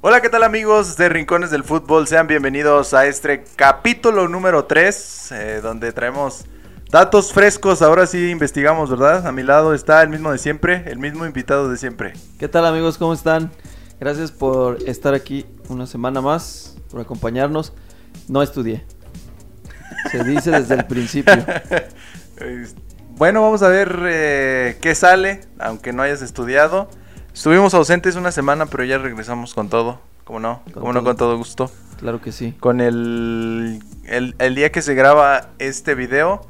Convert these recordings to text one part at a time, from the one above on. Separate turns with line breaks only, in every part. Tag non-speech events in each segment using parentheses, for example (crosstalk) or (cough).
Hola, ¿qué tal amigos de Rincones del Fútbol? Sean bienvenidos a este capítulo número 3, eh, donde traemos datos frescos. Ahora sí investigamos, ¿verdad? A mi lado está el mismo de siempre, el mismo invitado de siempre.
¿Qué tal amigos? ¿Cómo están? Gracias por estar aquí una semana más, por acompañarnos. No estudié. Se dice desde el principio.
Eh, bueno, vamos a ver eh, qué sale, aunque no hayas estudiado. Estuvimos ausentes una semana, pero ya regresamos con todo. ¿Cómo no?
Con
¿Cómo no
todo.
con todo gusto?
Claro que sí.
Con el, el, el día que se graba este video,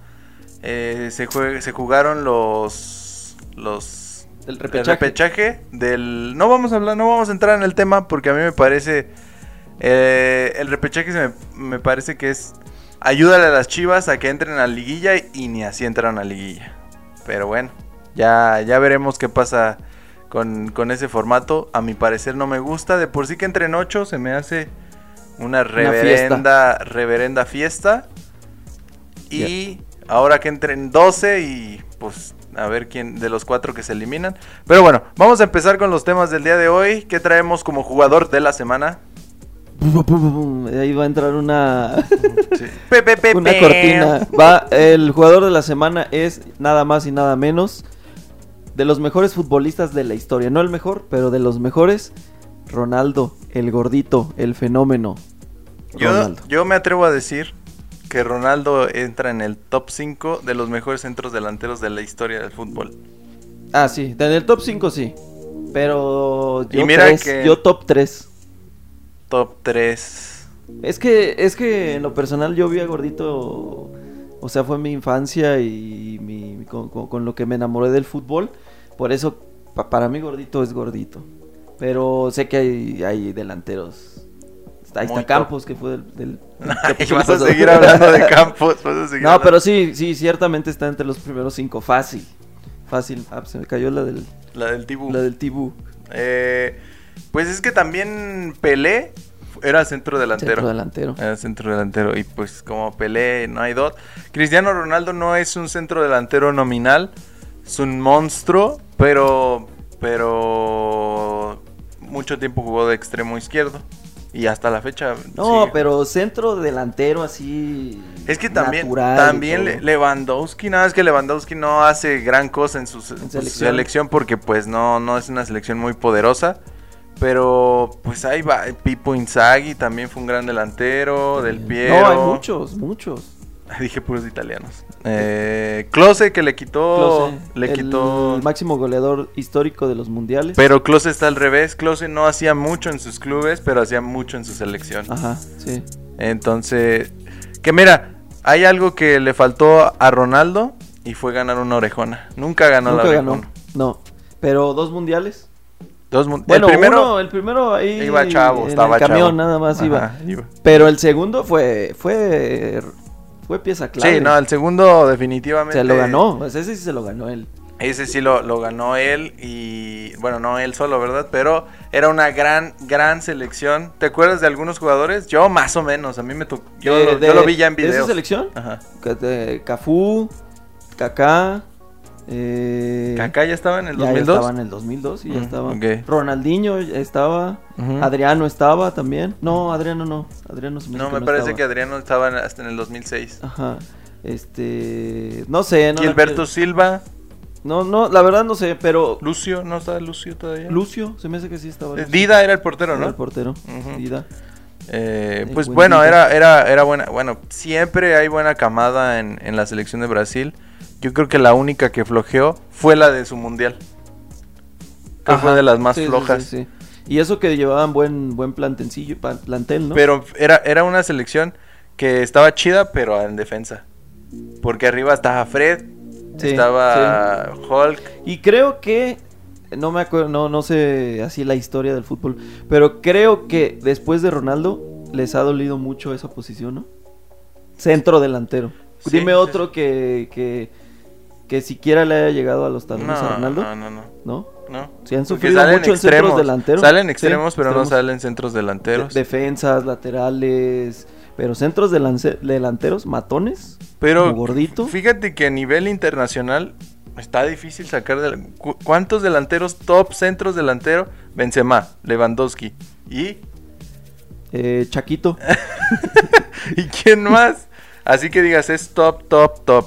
eh, se, jue- se jugaron los, los
El
el
repechaje.
repechaje del... No vamos a hablar, no vamos a entrar en el tema porque a mí me parece... eh, el repechaje se me, me parece que es... Ayúdale a las chivas a que entren a liguilla y ni así entran a liguilla. Pero bueno, ya, ya veremos qué pasa con, con ese formato. A mi parecer no me gusta. De por sí que entren ocho se me hace una reverenda, reverenda fiesta. Y ahora que entren 12 y pues a ver quién de los cuatro que se eliminan. Pero bueno, vamos a empezar con los temas del día de hoy. ¿Qué traemos como jugador de la semana?
Pum, pum, pum. De Ahí va a entrar una,
(laughs) Pe, pe, pe,
una
pe.
cortina. Va, el jugador de la semana es nada más y nada menos de los mejores futbolistas de la historia. No el mejor, pero de los mejores. Ronaldo, el gordito, el fenómeno.
Yo,
Ronaldo.
yo me atrevo a decir que Ronaldo entra en el top 5 de los mejores centros delanteros de la historia del fútbol.
Ah, sí, en el top 5 sí. Pero
Y
yo,
mira
tres,
que-
yo top 3.
Top 3.
Es que, es que en lo personal yo vi a Gordito, o sea, fue mi infancia y mi, con, con- con lo que me enamoré del fútbol. Por eso, pa- para mí Gordito es Gordito. Pero sé que hay, hay delanteros. Ahí
Muy
está
top.
Campos, que fue del... del-
(laughs)
que fue
vas a
pasado.
seguir hablando de
(laughs)
Campos. vas a seguir
No,
hablando-
pero sí, sí, ciertamente está entre los primeros cinco, fácil. Fácil. Ah, se me cayó la del,
La del Tibu.
la del Tibú.
Eh, pues es que también Pelé era centro delantero. Eh,
Centro delantero.
Era centro delantero. Y pues como Pelé no hay dos. Cristiano Ronaldo no es un centro delantero nominal. Es un monstruo. Pero. Pero. Mucho tiempo jugó de extremo izquierdo. Y hasta la fecha.
No,
sigue.
pero centro delantero así.
Es que también,
natural y
también
todo.
Le- Lewandowski, nada es que Lewandowski no hace gran cosa en su, se- su selección.
selección.
porque pues no, no es una selección muy poderosa. Pero pues ahí va, Pipo Inzaghi también fue un gran delantero, del Piero.
No, hay muchos, muchos.
(laughs) Dije puros italianos. Eh, Klose que le quitó,
Klose,
le
eh, el
quitó.
máximo goleador histórico de los mundiales.
Pero Klose está al revés, Klose no hacía mucho en sus clubes, pero hacía mucho en su selección.
Ajá, sí.
Entonces, que mira, hay algo que le faltó a Ronaldo y fue ganar una orejona. Nunca ganó la
Nunca ganó.
orejona.
No. Pero dos mundiales.
Dos mun-
Bueno,
el primero
uno, el primero ahí.
iba chavo,
en
estaba
el camión
chavo.
nada más iba.
Ajá, iba.
Pero el segundo fue. Fue. Fue pieza clave.
Sí, no, el segundo definitivamente.
Se lo ganó. Pues ese sí se lo ganó él.
Ese sí lo, lo ganó él y bueno, no él solo, ¿verdad? Pero era una gran, gran selección. ¿Te acuerdas de algunos jugadores? Yo más o menos, a mí me tocó. Yo,
De-
lo- yo
Eh, de-
lo vi ya en
¿De esa
videos.
selección?
Ajá.
Que te- eh, Cafú, Kaká, eh,
Kaká ya estaba en el
ya- ya
2002.
estaba en el 2002 y ya
Mm,
estaba.
ok.
Ronaldinho ya estaba,
Ujú.
Adriano estaba también. No, Adriano no, Adriano se
No, me
hace
parece que
estaba.
Adriano estaba en- hasta en el 2006.
Ajá. Este, no sé, no
Gilberto Silva,
No, no, la verdad no sé, pero
Lucio, ¿no está Lucio todavía?
Lucio se me hace que sí estaba.
Eh,
Lucio.
Dida era el portero,
Era
¿no?
el portero.
Ujú.
Dida.
Eh,
El
pues
buen
bueno,
Dida.
era, era, era buena. Bueno, siempre hay buena camada en, en la selección de Brasil. Yo creo que la única que flojeó fue la de su mundial. Que fue
Ajá,
de las más
sí, sí,
flojas.
sí, sí. Y eso que llevaban buen buen plantencillo, pa- plantel, ¿no?
Pero era, era una selección que estaba chida, pero en defensa. Porque arriba estaba Fred,
Sí,
estaba Hulk.
Y creo que no me acuerdo, no, no sé así la historia del fútbol, pero creo que después de Ronaldo les ha dolido mucho esa posición, ¿no? Centro delantero.
Sí,
Dime
sí,
otro que, que que siquiera le haya llegado a los talones a Ronaldo,
no, no, no.
¿no?
no.
Sí, han
Porque
sufrido mucho en centros delanteros.
Salen
Sí,
extremos, pero no
extremos.
salen centros delanteros.
De- defensas, laterales, pero centros delance- delanteros, matones,
pero
como gordito.
fíjate que a nivel internacional está difícil sacar de la- cu- cuántos delanteros top centros delantero Benzema, Lewandowski, ¿Y? (laughs)
Eh, Chaquito.
¿Y quién más? Así que digas, es top, top, top.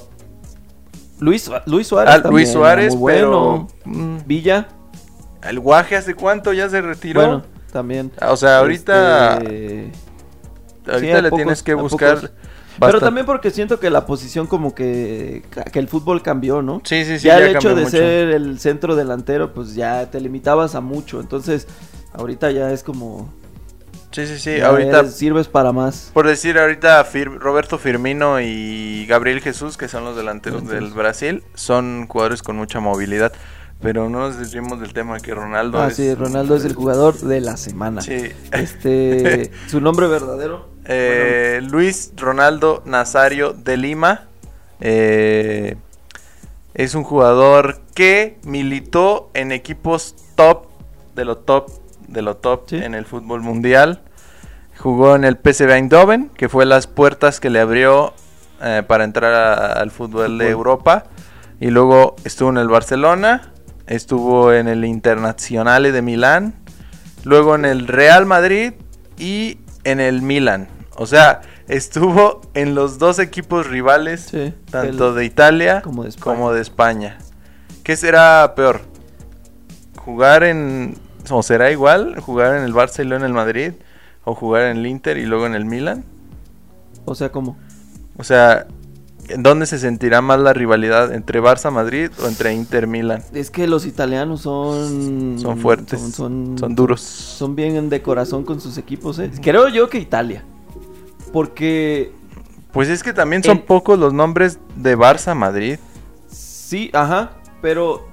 Luis, Luis Suárez.
Ah, Luis
también,
Suárez,
muy bueno.
pero, mm.
Villa.
¿El guaje hace cuánto ya se retiró?
Bueno, también.
Ah, o sea, ahorita,
Este,
ahorita
a
le
pocos-
tienes que
a
buscar.
pocos. Pero
bastante-
también porque siento que la posición como que, que el fútbol cambió, ¿no?
Sí, sí, sí.
ya, el
cambió
hecho de
mucho.
ser el centro delantero, pues ya te limitabas a mucho. Entonces, ahorita ya es como...
Sí, sí, sí.
ya
Ahorita,
eres- sirves para más.
por decir, ahorita Fir- Roberto Firmino y Gabriel Jesús, que son los delanteros
Entonces.
del Brasil, son jugadores con mucha movilidad. Pero no nos desviemos del tema que Ronaldo
Ah,
es.
sí, Ronaldo es el jugador de la semana.
Sí. (laughs)
Este, su nombre verdadero.
Eh, Luis Ronaldo Nazario de Lima. eh, es un jugador que militó en equipos top, de lo top, de lo top
Sí.
en el fútbol mundial. Jugó en el PSV Eindhoven, que fue las puertas que le abrió eh, para entrar a- al fútbol de
Fútbol.
Europa. Y luego estuvo en el Barcelona, estuvo en el Internazionale de Milán, luego en el Real Madrid y en el Milan. O sea, estuvo en los dos equipos rivales,
Sí,
tanto
del-
de Italia
como de España.
como de España. ¿Qué será peor? ¿Jugar en... o será igual jugar en el Barcelona, en el Madrid, o jugar en el Inter y luego en el Milan?
O sea, ¿cómo?
O sea, ¿en dónde se sentirá más la rivalidad? ¿Entre Barça-Madrid o entre Inter-Milan?
Es que los italianos son...
Son fuertes,
Mm, Son,
son,
son-
duros.
son bien de corazón con sus equipos, ¿eh? Creo yo que Italia. Porque...
Pues es que también son
El-
pocos los nombres de Barça-Madrid.
Sí, ajá. Pero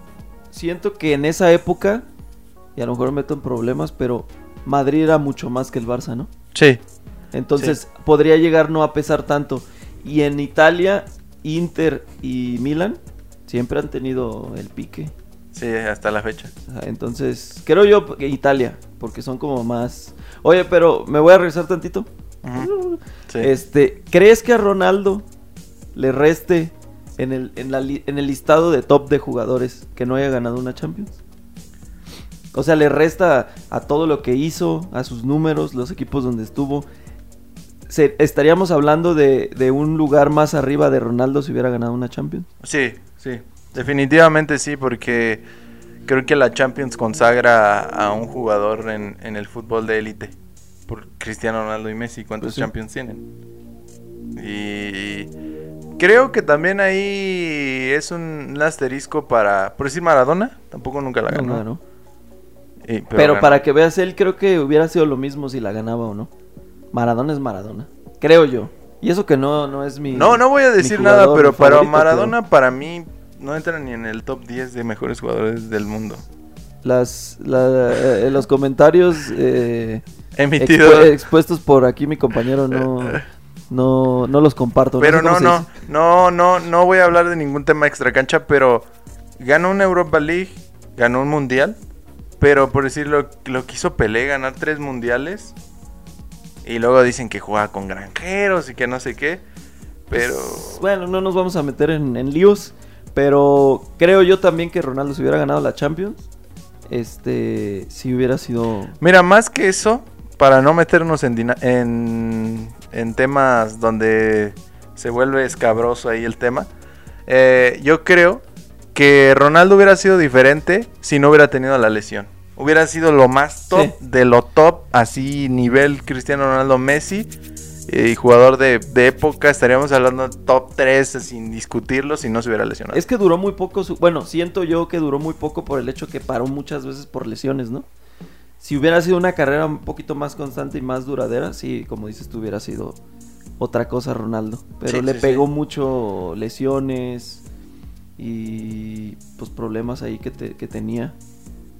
siento que en esa época... Y a lo mejor me meto en problemas, pero... Madrid era mucho más que el Barça, ¿no?
Sí.
Entonces podría llegar no a pesar tanto. Y en Italia, Inter y Milan siempre han tenido el pique.
Sí, hasta la fecha.
Ajá, Entonces, creo yo que Italia, porque son como más... Oye, pero me voy a regresar tantito.
Ujú. Sí.
Este, ¿crees que a Ronaldo le reste en el, en, la li- en el listado de top de jugadores que no haya ganado una Champions? O sea, le resta a todo lo que hizo, a sus números, los equipos donde estuvo. Se- estaríamos hablando de, de un lugar más arriba de Ronaldo si hubiera ganado una Champions.
Sí, sí. Definitivamente sí, porque creo que la Champions consagra a, a un jugador en, en el fútbol de élite. Por Cristiano Ronaldo y Messi, ¿cuántos
Pues sí.
Champions tienen? Y creo que también ahí es un, un asterisco para. Por decir Maradona, tampoco nunca la
No
ganó.
ganó.
Y-
Pero,
ganó.
para que veas, él creo que hubiera sido lo mismo si la ganaba o no. Maradona es Maradona, creo yo. Y eso que no, no es mi...
No, no voy a
mi
decir nada,
jugador
pero para
favorito,
Maradona, para mí, no entra ni en el top 10 de mejores jugadores del mundo.
pero Las, la- eh, los comentarios eh,
Emitido.
expu- expuestos por aquí mi compañero no, no, no los comparto.
Pero
sé cómo
no,
se
no,
dice.
no, no, no voy a hablar de ningún tema extra cancha, pero ganó una Europa League, ganó un mundial, pero por decirlo, lo que hizo Pelé, ganar tres mundiales, y luego dicen que jugaba con granjeros y que no sé qué, pero...
Pues, Bueno, no nos vamos a meter en, en líos, pero creo yo también que Ronaldo si hubiera ganado la Champions, este, si hubiera sido...
Mira, más que eso, para no meternos en, dina- en, en temas donde se vuelve escabroso ahí el tema, eh, yo creo que Ronaldo hubiera sido diferente si no hubiera tenido la lesión. Hubiera sido lo más top
Sí.
de lo top, así nivel Cristiano Ronaldo Messi. eh, Y jugador de, de época, estaríamos hablando de top 3 sin discutirlo si no se hubiera lesionado.
Es que duró muy poco, su- bueno, siento yo que duró muy poco por el hecho que paró muchas veces por lesiones, ¿no? Si hubiera sido una carrera un poquito más constante y más duradera, sí, como dices, tú hubiera sido otra cosa Ronaldo. Pero
Sí,
le
sí,
pegó
sí.
mucho lesiones y pues problemas ahí que, te- que tenía.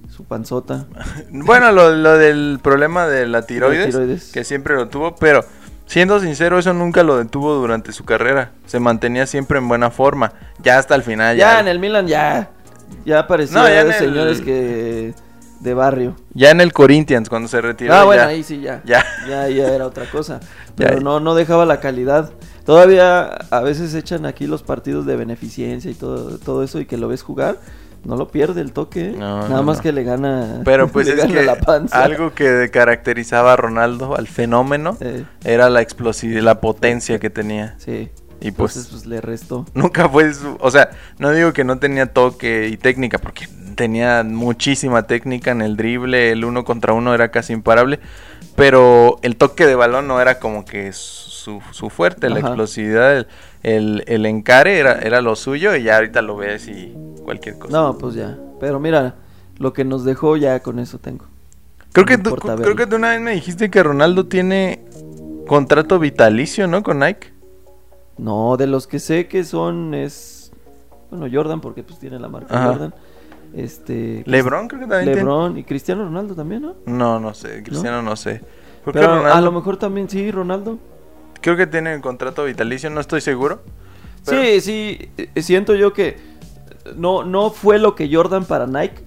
Su panzota.
Bueno, lo, lo del problema de
(laughs)
la tiroides,
tiroides.
que siempre lo tuvo, pero siendo sincero, eso nunca lo detuvo durante su carrera. Se mantenía siempre en buena forma, ya hasta el final.
ya
Ya,
en el Milan, ya. Ya parecía
No, ya en
de
el-
señores que de barrio.
ya en el Corinthians, cuando se retiró.
ah, bueno,
ya.
ahí sí ya. (laughs)
Ya.
ya. ya era otra cosa.
Ya.
Pero no, no dejaba la calidad. Todavía a veces echan aquí los partidos de beneficencia y todo, todo eso y que lo ves jugar. No lo pierde el toque, ¿eh?
No,
Nada
no,
más
no.
que le gana. (laughs)
Pero pues
le
es
gana
que
la panza.
algo que caracterizaba a Ronaldo, al fenómeno,
Eh,
era la explosi- la potencia que tenía.
sí.
Y pues
Entonces, pues le restó.
nunca fue su- O sea, no digo que no tenía toque y técnica, porque tenía muchísima técnica en el drible, el uno contra uno era casi imparable, pero el toque de balón no era como que su, su fuerte, la
Ajá.
explosividad, el, el- el encare era, era lo suyo y ya ahorita lo ves y cualquier cosa.
No, pues ya. Pero mira, lo que nos dejó ya con eso tengo.
creo, que
no
tú,
importa
creo
verlo.
que tú una vez me dijiste que Ronaldo tiene contrato vitalicio, ¿no? Con Nike.
Pues, No, de los que sé que son es bueno, Jordan porque pues tiene la marca
Ajá.
Jordan. Este
Lebron creo que también tiene-
LeBron y Cristiano Ronaldo también, ¿no?
No, no sé, Cristiano no, sé. Creo que
Pero a
Ronaldo-
lo mejor también sí Ronaldo.
Creo que tiene el contrato vitalicio, no estoy seguro. pero-
Sí, sí, eh, siento yo que no no fue lo que Jordan para Nike,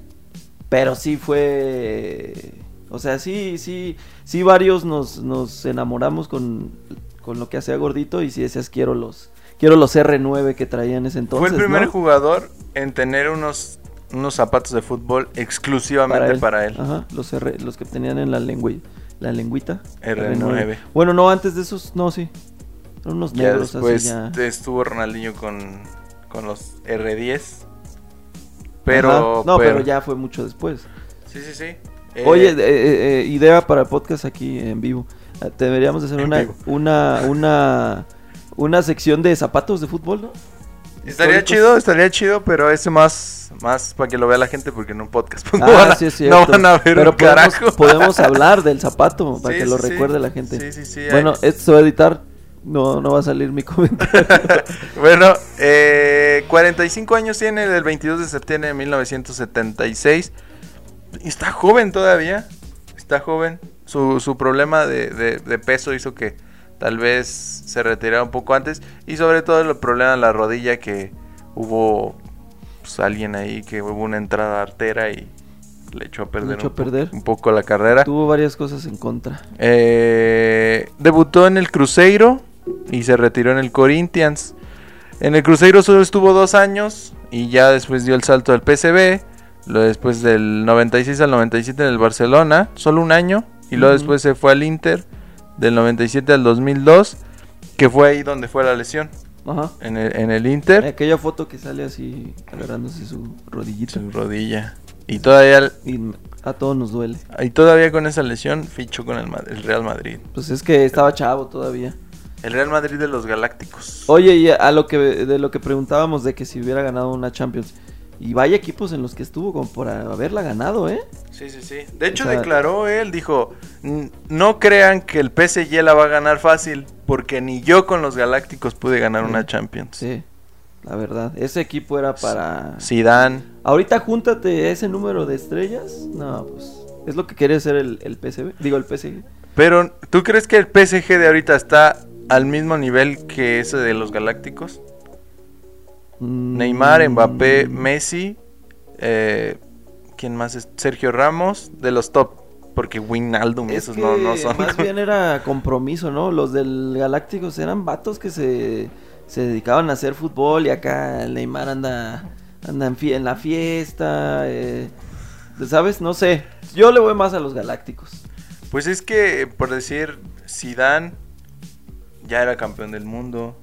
pero sí fue o sea, sí sí sí varios nos, nos enamoramos con, con lo que hacía Gordito y si decías quiero los quiero los R9 que traía en ese entonces,
Fue el primer
¿no?
jugador en tener unos, unos zapatos de fútbol exclusivamente para él.
Ajá, los, R- los que tenían en la lengüita. La lengüita.
R9.
Bueno, no, antes de esos, no, sí. Eran unos
Ya
negros
después
así ya.
estuvo Ronaldinho con, con los R10.
Ajá.
Pero.
No, pero... ya fue mucho después.
Sí, sí, sí. Eh,
Oye, eh, eh, eh, idea para el podcast aquí en vivo. Eh, Deberíamos hacer
En
una,
vivo.
una, una, una sección de zapatos de fútbol, ¿no?
Estaría
históricos.
chido, estaría chido, pero ese más, más para que lo vea la gente porque en un podcast pues, (laughs) no,
Ah,
van a,
sí, es
no
cierto.
van a ver
Pero
un
podemos,
carajo.
podemos hablar del
(laughs)
zapato para
Sí,
que lo
sí, sí.
recuerde la gente.
Sí, sí, sí, ahí-
bueno, esto se va a editar. No, no va a salir mi (laughs) comentario.
(laughs) Bueno, eh, 45 años tiene del 22 de septiembre de 1976. Y Está joven todavía. Está joven. Su, su problema de, de- de peso hizo que tal vez se retirara un poco antes. Y sobre todo el problema de la rodilla que hubo pues, alguien ahí que hubo una entrada artera y le echó a perder,
echó
un,
a
po-
perder.
un poco la carrera.
Tuvo varias cosas en contra.
Eh, debutó en el Cruzeiro y se retiró en el Corinthians. En el Cruzeiro solo estuvo dos años y ya después dio el salto al PSV. Luego después del 96 al 97 en el Barcelona, solo un año. Y luego
Ujú.
después se fue al Inter del 97 al 2002, que fue ahí donde fue la lesión,
Ajá.
en el, en el Inter.
Aquella foto que sale así agarrándose su rodillita.
Su rodilla. Y todavía,
Y a todos nos duele.
y todavía con esa lesión fichó con el Ma- el Real Madrid.
Pues es que estaba chavo todavía.
El Real Madrid de los Galácticos.
Oye, y a lo que de lo que preguntábamos de que si hubiera ganado una Champions. Y vaya equipos en los que estuvo como por haberla ganado, ¿eh?
Sí, sí, sí. De hecho,
O sea-
declaró él, dijo, "N- no crean que el PSG la va a ganar fácil, porque ni yo con los Galácticos pude ganar
Sí.
una Champions.
Sí. La verdad, ese equipo era para
Zidane,
Ahorita júntate ese número de estrellas. No, pues es lo que quería hacer el, el PSV. Digo, el PSG.
pero ¿tú crees que el PSG de ahorita está al mismo nivel que ese de los Galácticos?
Mm,
Neymar, Mbappé, Messi, eh, ¿quién más? es? Sergio Ramos, de los top, porque Wijnaldum,
Es
esos
que
no, no son. (laughs)
Más bien era compromiso, ¿no? Los del Galácticos eran vatos que se, se dedicaban a hacer fútbol y acá el Neymar anda, anda en, fie- en la fiesta. eh, ¿Sabes? No sé. Yo le voy más a los Galácticos.
Pues es que, por decir, Zidane ya era campeón del mundo.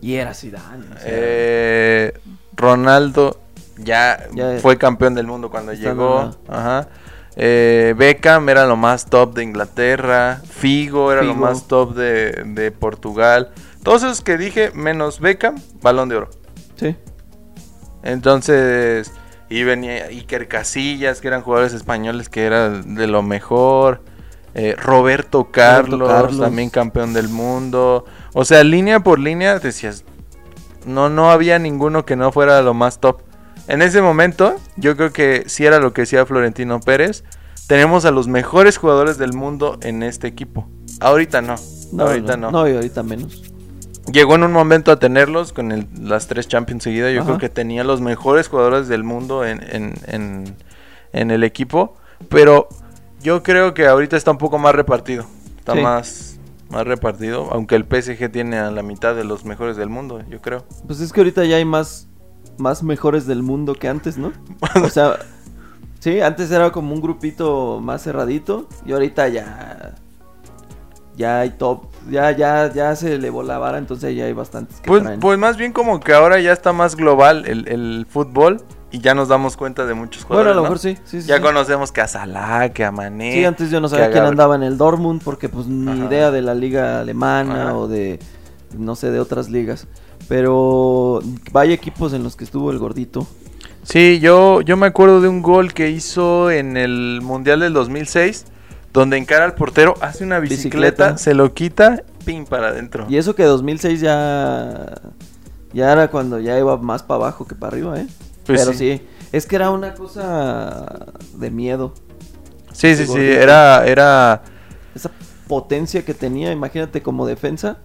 Y era Zidane. o sea,
Eh, Ronaldo ya,
Ya-
fue campeón del mundo cuando
Está
llegó.
nada.
Ajá. Eh, Beckham era lo más top de Inglaterra. Figo era lo
Figo.
más top de, de Portugal. Todos esos que dije, menos Beckham, balón de oro.
Sí.
Entonces, y venía Iker Casillas, que eran jugadores españoles que eran de lo mejor. Eh, Roberto, Carlos,
Carlos.
también campeón del mundo. O sea, línea por línea decías, no, no había ninguno que no fuera lo más top. En ese momento, yo creo que sí era lo que decía Florentino Pérez. Tenemos a los mejores jugadores del mundo en este equipo. Ahorita no. ahorita no.
No, y ahorita menos.
Llegó en un momento a tenerlos con el- las tres Champions seguidas. Yo
Ajá.
creo que tenía los mejores jugadores del mundo en, en- en- en el equipo. Pero yo creo que ahorita está un poco más repartido. Está
Sí.
más, más repartido. Aunque el PSG tiene a la mitad de los mejores del mundo, yo creo.
Pues es que ahorita ya hay más más mejores del mundo que antes, ¿no?
(laughs)
O sea, sí, antes era como un grupito más cerradito y ahorita ya ya hay top, ya ya ya se elevó la vara, entonces ya hay bastantes que
Pues,
traen.
pues más bien como que ahora ya está más global el, el fútbol y ya nos damos cuenta de muchos
bueno,
jugadores.
a
¿no?
lo mejor sí, sí, sí.
Ya
sí.
conocemos que a Salah, que a Mané.
Sí, antes yo no
que
sabía
a
quién
Gabri-
andaba en el Dortmund porque pues ni
Ajá.
idea de la liga alemana
Ajá.
o de no sé de otras ligas. Pero vaya equipos en los que estuvo el gordito.
Sí, yo, yo me acuerdo de un gol que hizo en el Mundial del 2006, donde encara al portero, hace una bicicleta,
Bicicleta.
se lo quita, pim, para adentro.
Y eso que 2006 ya ya era cuando ya iba más para abajo que para arriba, ¿eh?
Pues
Pero
sí.
sí. es que era una cosa de miedo.
Sí, sí, sí,
Gordito.
era, era...
Esa potencia que tenía, imagínate como defensa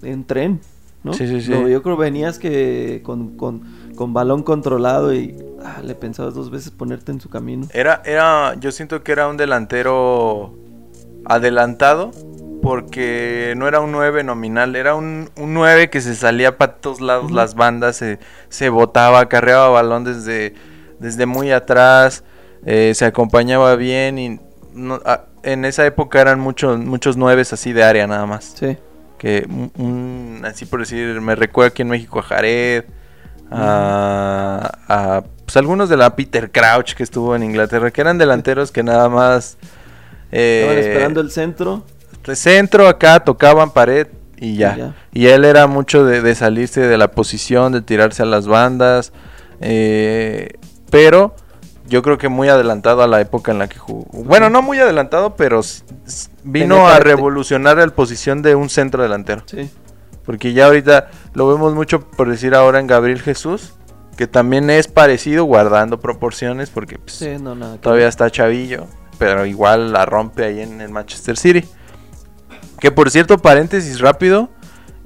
en tren, ¿no?
Sí, sí, sí.
No, yo creo venías que con, con, con balón controlado y ah, le pensabas dos veces ponerte en su camino.
Era, era, yo siento que era un delantero adelantado porque no era un 9 nominal, era un, un 9 que se salía para todos lados
Ujú.
las bandas, se, se botaba, acarreaba balón desde, desde muy atrás, eh, se acompañaba bien y no- a- en esa época eran muchos muchos 9 así de área nada más.
Sí.
Que un, un- así por decir, me recuerda aquí en México a Jared, a, a, pues, algunos de la Peter Crouch que estuvo en Inglaterra, que eran delanteros que nada más eh,
Estaban esperando el centro.
de centro acá tocaban pared y ya.
Y
Y,
ya.
él era mucho de, de salirse de la posición, de tirarse a las bandas, eh, pero yo creo que muy adelantado a la época en la que jugó. Bueno, no muy adelantado, pero s- s- vino
Tenía
a
caracter-
revolucionar la posición de un centro delantero.
Sí.
Porque ya ahorita lo vemos mucho, por decir ahora, en Gabriel Jesús, que también es parecido, guardando proporciones, porque pues,
Sí, no, nada. que
todavía
ver.
está chavillo, pero igual la rompe ahí en el Manchester City. Que por cierto, paréntesis rápido,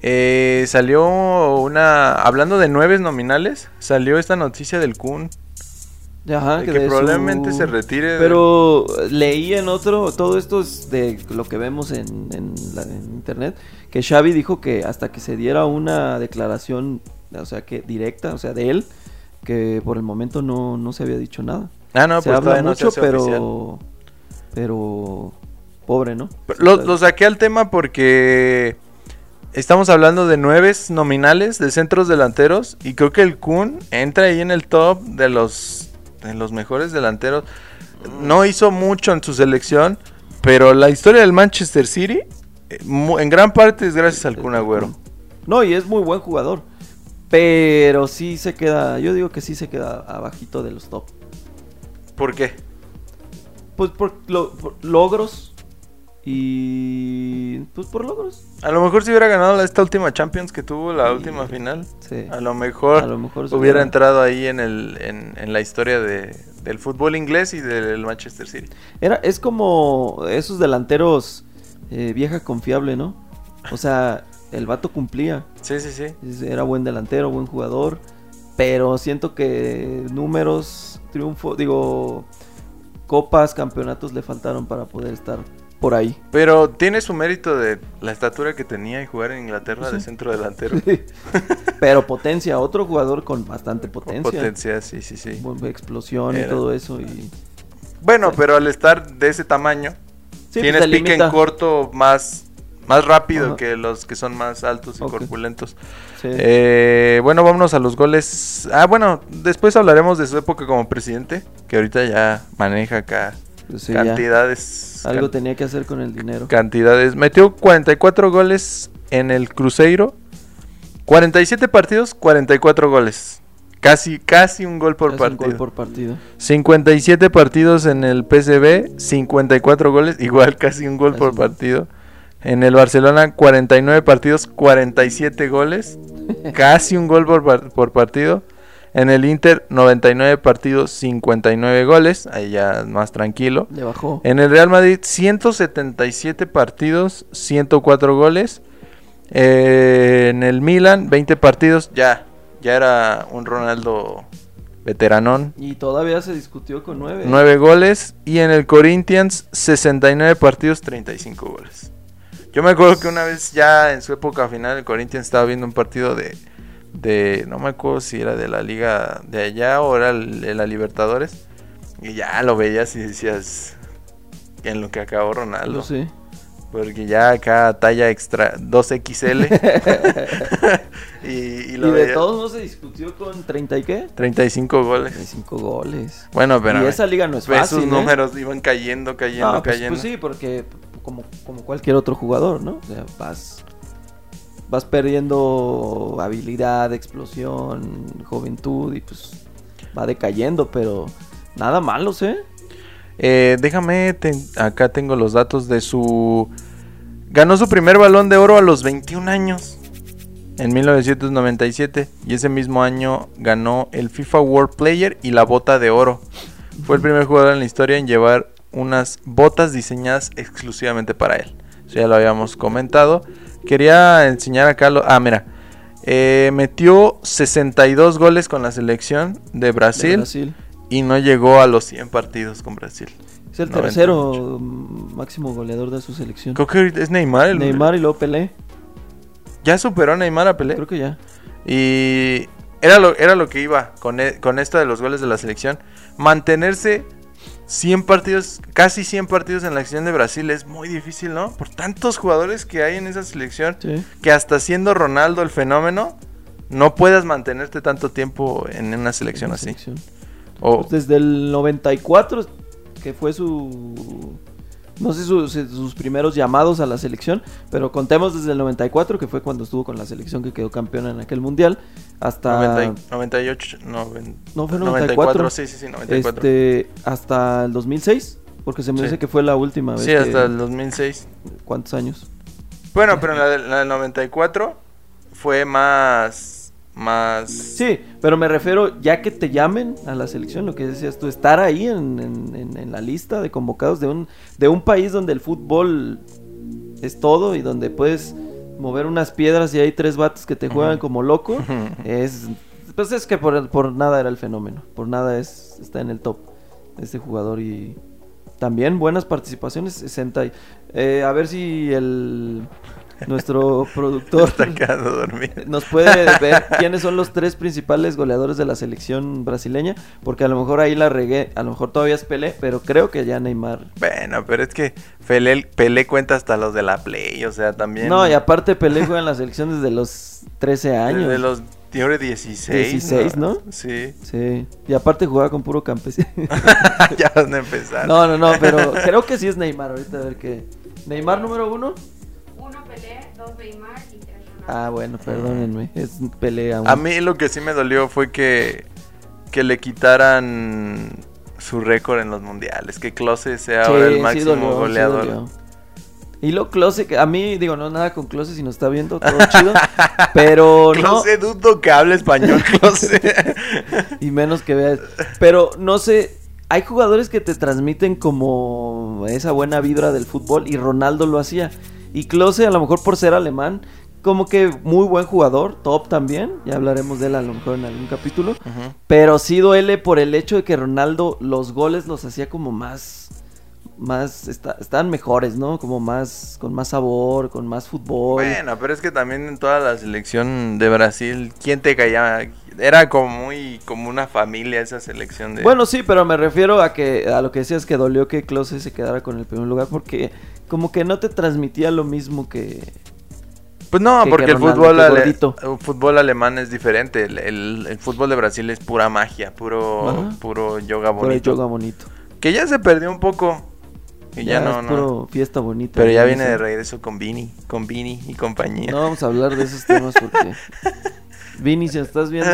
eh, salió una, hablando de nueves nominales, salió esta noticia del Kun,
Ajá,
de que
Ah, de su-
probablemente se retire. de-
Pero leí en otro, todo esto es de lo que vemos en, en la- en internet, que Xavi dijo que hasta que se diera una declaración, o sea, que directa, o sea, de él, que por el momento no, no se había dicho nada.
Ah, no,
se
pues
habla
todavía no se
mucho,
hace
pero...
oficial.
Pero... Pobre, ¿no?
Pues Lo, lo saqué al tema porque estamos hablando de nueves nominales de centros delanteros y creo que el Kun entra ahí en el top de los, de los mejores delanteros. No hizo mucho en su selección, pero la historia del Manchester City eh, mu- en gran parte es gracias al Kun Agüero.
No, y es muy buen jugador. Pero sí se queda, yo digo que sí se queda abajito de los top.
¿Por qué?
Pues por, lo- por logros y... Pues por logros.
A lo mejor si hubiera ganado la- esta última Champions que tuvo, la
Sí.
última final,
Sí.
a lo mejor...
A lo mejor se
Hubiera entrado ahí en, el, en, en la historia de- del fútbol inglés y del Manchester City.
Era, es como esos delanteros eh, vieja confiable, ¿no? O sea, el vato cumplía.
Sí, sí, sí.
Es- Era buen delantero, buen jugador. Pero siento que números, triunfo, digo, copas, campeonatos le faltaron para poder estar
(laughs)
por ahí.
Pero tiene su mérito de la estatura que tenía y jugar en Inglaterra
Sí.
de centro delantero.
pero potencia, otro jugador con bastante
Con
(laughs) potencia.
Potencia, sí, sí, sí.
Bu- Explosión y
Era.
todo eso. Y... pues,
Bueno,
Sí.
pero al estar de ese tamaño,
Sí,
tienes
pues, te
pique en
limita.
corto más, más rápido
Ajá.
que los que son más altos y
Ok.
corpulentos.
Sí.
Eh, bueno, vámonos a los goles. Ah, bueno, después hablaremos de su época como presidente, que ahorita ya maneja acá
Pues sí, ya.
cantidades.
Algo
can-
tenía que hacer con el dinero.
cantidades. Metió 44 goles en el Cruzeiro. 47 partidos, 44 goles. Casi, casi un gol por
Casi un
partido.
gol por partido.
57 partidos en el PSV, 54 goles, igual casi un gol
Casi
por
un gol.
partido. En el Barcelona, 49 partidos, 47
(laughs)
goles, casi un gol por, par- por partido. En el Inter, 99 partidos, 59 goles, ahí ya más tranquilo.
Le bajó.
En el Real Madrid, 177 partidos, 104 goles. Eh, en el Milan, 20 partidos, ya. Ya era un Ronaldo veteranón.
Y todavía se discutió con nueve.
9 goles. Y en el Corinthians, 69 partidos, 35 goles. Yo me acuerdo que una vez ya en su época final, el Corinthians estaba viendo un partido de, de, no me acuerdo si era de la liga de allá o era el- de la Libertadores. Y ya lo veías y decías, en lo que acabó Ronaldo.
No sé.
Porque ya acá talla extra
(laughs)
2XL. (laughs) y, y
Y,
lo
de
veías.
todos modos se discutió con 30 y qué?
35 goles.
35 goles.
Bueno, pero
y esa liga no es
ve
fácil.
sus
¿eh?
números iban cayendo, cayendo,
Ah, pues,
cayendo.
pues sí, porque como, como cualquier otro jugador, ¿no? O sea, vas, vas perdiendo habilidad, explosión, juventud y pues va decayendo, pero nada malos, ¿eh?
Eh, déjame, ten- acá tengo los datos de su... Ganó su primer balón de oro a los 21 años, en 1997, y ese mismo año ganó el FIFA World Player y la bota de oro. Fue el primer jugador en la historia en llevar unas botas diseñadas exclusivamente para él. Eso ya lo habíamos comentado. Quería enseñar acá... lo- ah, mira. Eh, metió 62 goles con la selección de
de
Brasil
Brasil.
y no llegó a los 100 partidos con Brasil.
Es el
98.
tercero mm, máximo goleador de su selección.
Creo que ahorita es Neymar. el-
Neymar y luego Pelé.
Ya superó a Neymar a Pelé.
Creo que ya.
Y era lo, era lo que iba con, e- con esto de los goles de la selección. Mantenerse 100 partidos, casi 100 partidos en la acción de Brasil es muy difícil, ¿no? Por tantos jugadores que hay en esa selección.
Sí.
Que hasta siendo Ronaldo el fenómeno, no puedas mantenerte tanto tiempo en una selección
Una
así.
selección.
O,
Pues desde el 94, que fue su. No sé su- su- sus primeros llamados a la selección, pero contemos desde el 94, que fue cuando estuvo con la selección que quedó campeona en aquel mundial, hasta.
90 y- 98, noven-
No, fue 94.
sí, sí, sí, 94.
Este, hasta el 2006, porque se me
Sí.
dice que fue la última vez.
sí,
que-
hasta el 2006.
¿Cuántos años?
Bueno, pero la, del- la del 94 fue más. Más. (laughs)
Sí, pero me refiero, ya que te llamen a la selección, lo que decías tú, estar ahí en, en- en- en la lista de convocados de un, de un país donde el fútbol es todo y donde puedes mover unas piedras y hay tres vatos que te juegan
Ujú. (laughs)
como loco, es... Pues es que por, por nada era el fenómeno, por nada es está en el top este jugador y también buenas participaciones, 60... y- eh, a ver si el... Nuestro
(laughs)
productor
Está quedando dormido.
nos puede ver quiénes son los tres principales goleadores de la selección brasileña, porque a lo mejor ahí la regué, a lo mejor todavía es Pelé, pero creo que ya Neymar.
Bueno, pero es que Pelé, Pelé cuenta hasta los de la Play, o sea, también.
No, y aparte Pelé juega en la selección desde los 13 años.
Desde los. Yo creo 16.
16, ¿no?
Sí. (laughs)
Sí, y aparte jugaba con puro campesino.
ya van a empezar.
no, no, no, pero creo que sí es Neymar, ahorita a ver qué. Neymar número uno.
Uno Pelé, dos Neymar y tres Ronaldo.
Ah, bueno, perdónenme, es Pelé aún.
A mí lo que sí me dolió fue que. Que le quitaran su récord en los mundiales. Que Klose sea ahora
Sí,
el
sí
máximo
dolió, sí
goleador.
dolió. y lo Close, que a mí, digo, no nada con Close si nos está viendo, todo chido. Pero no,
Klose, dudo que hable español, (laughs) Klose.
(laughs) Y menos que veas. Pero no sé, hay jugadores que te transmiten como esa buena vibra del fútbol y Ronaldo lo hacía. Y Klose, a lo mejor por ser alemán, como que muy buen jugador, top también. Ya hablaremos de él a lo mejor en algún capítulo.
Ujú.
Pero sí duele por el hecho de que Ronaldo los goles los hacía como más. Más. Está, estaban mejores, ¿no? Como más. Con más sabor, con más fútbol.
Bueno, pero es que también en toda la selección de Brasil, ¿quién te callaba? Era como muy como una familia esa selección de
Bueno, sí, pero me refiero a que a lo que decías que dolió que Klose se quedara con el primer lugar porque como que no te transmitía lo mismo que
Pues no,
que- que
porque el
Ronaldo,
fútbol
que
ale-
gordito.
el fútbol alemán es diferente, el, el- el fútbol de Brasil es pura magia, puro
Ajá.
puro yoga
por el
bonito.
yoga bonito.
Que ya se perdió un poco. Y ya, no,
es
no.
puro fiesta bonita.
Pero ya
¿no?
viene
Sí.
de regreso con Vini, con Vini y compañía.
No vamos a hablar de esos temas porque Vini, si estás viendo,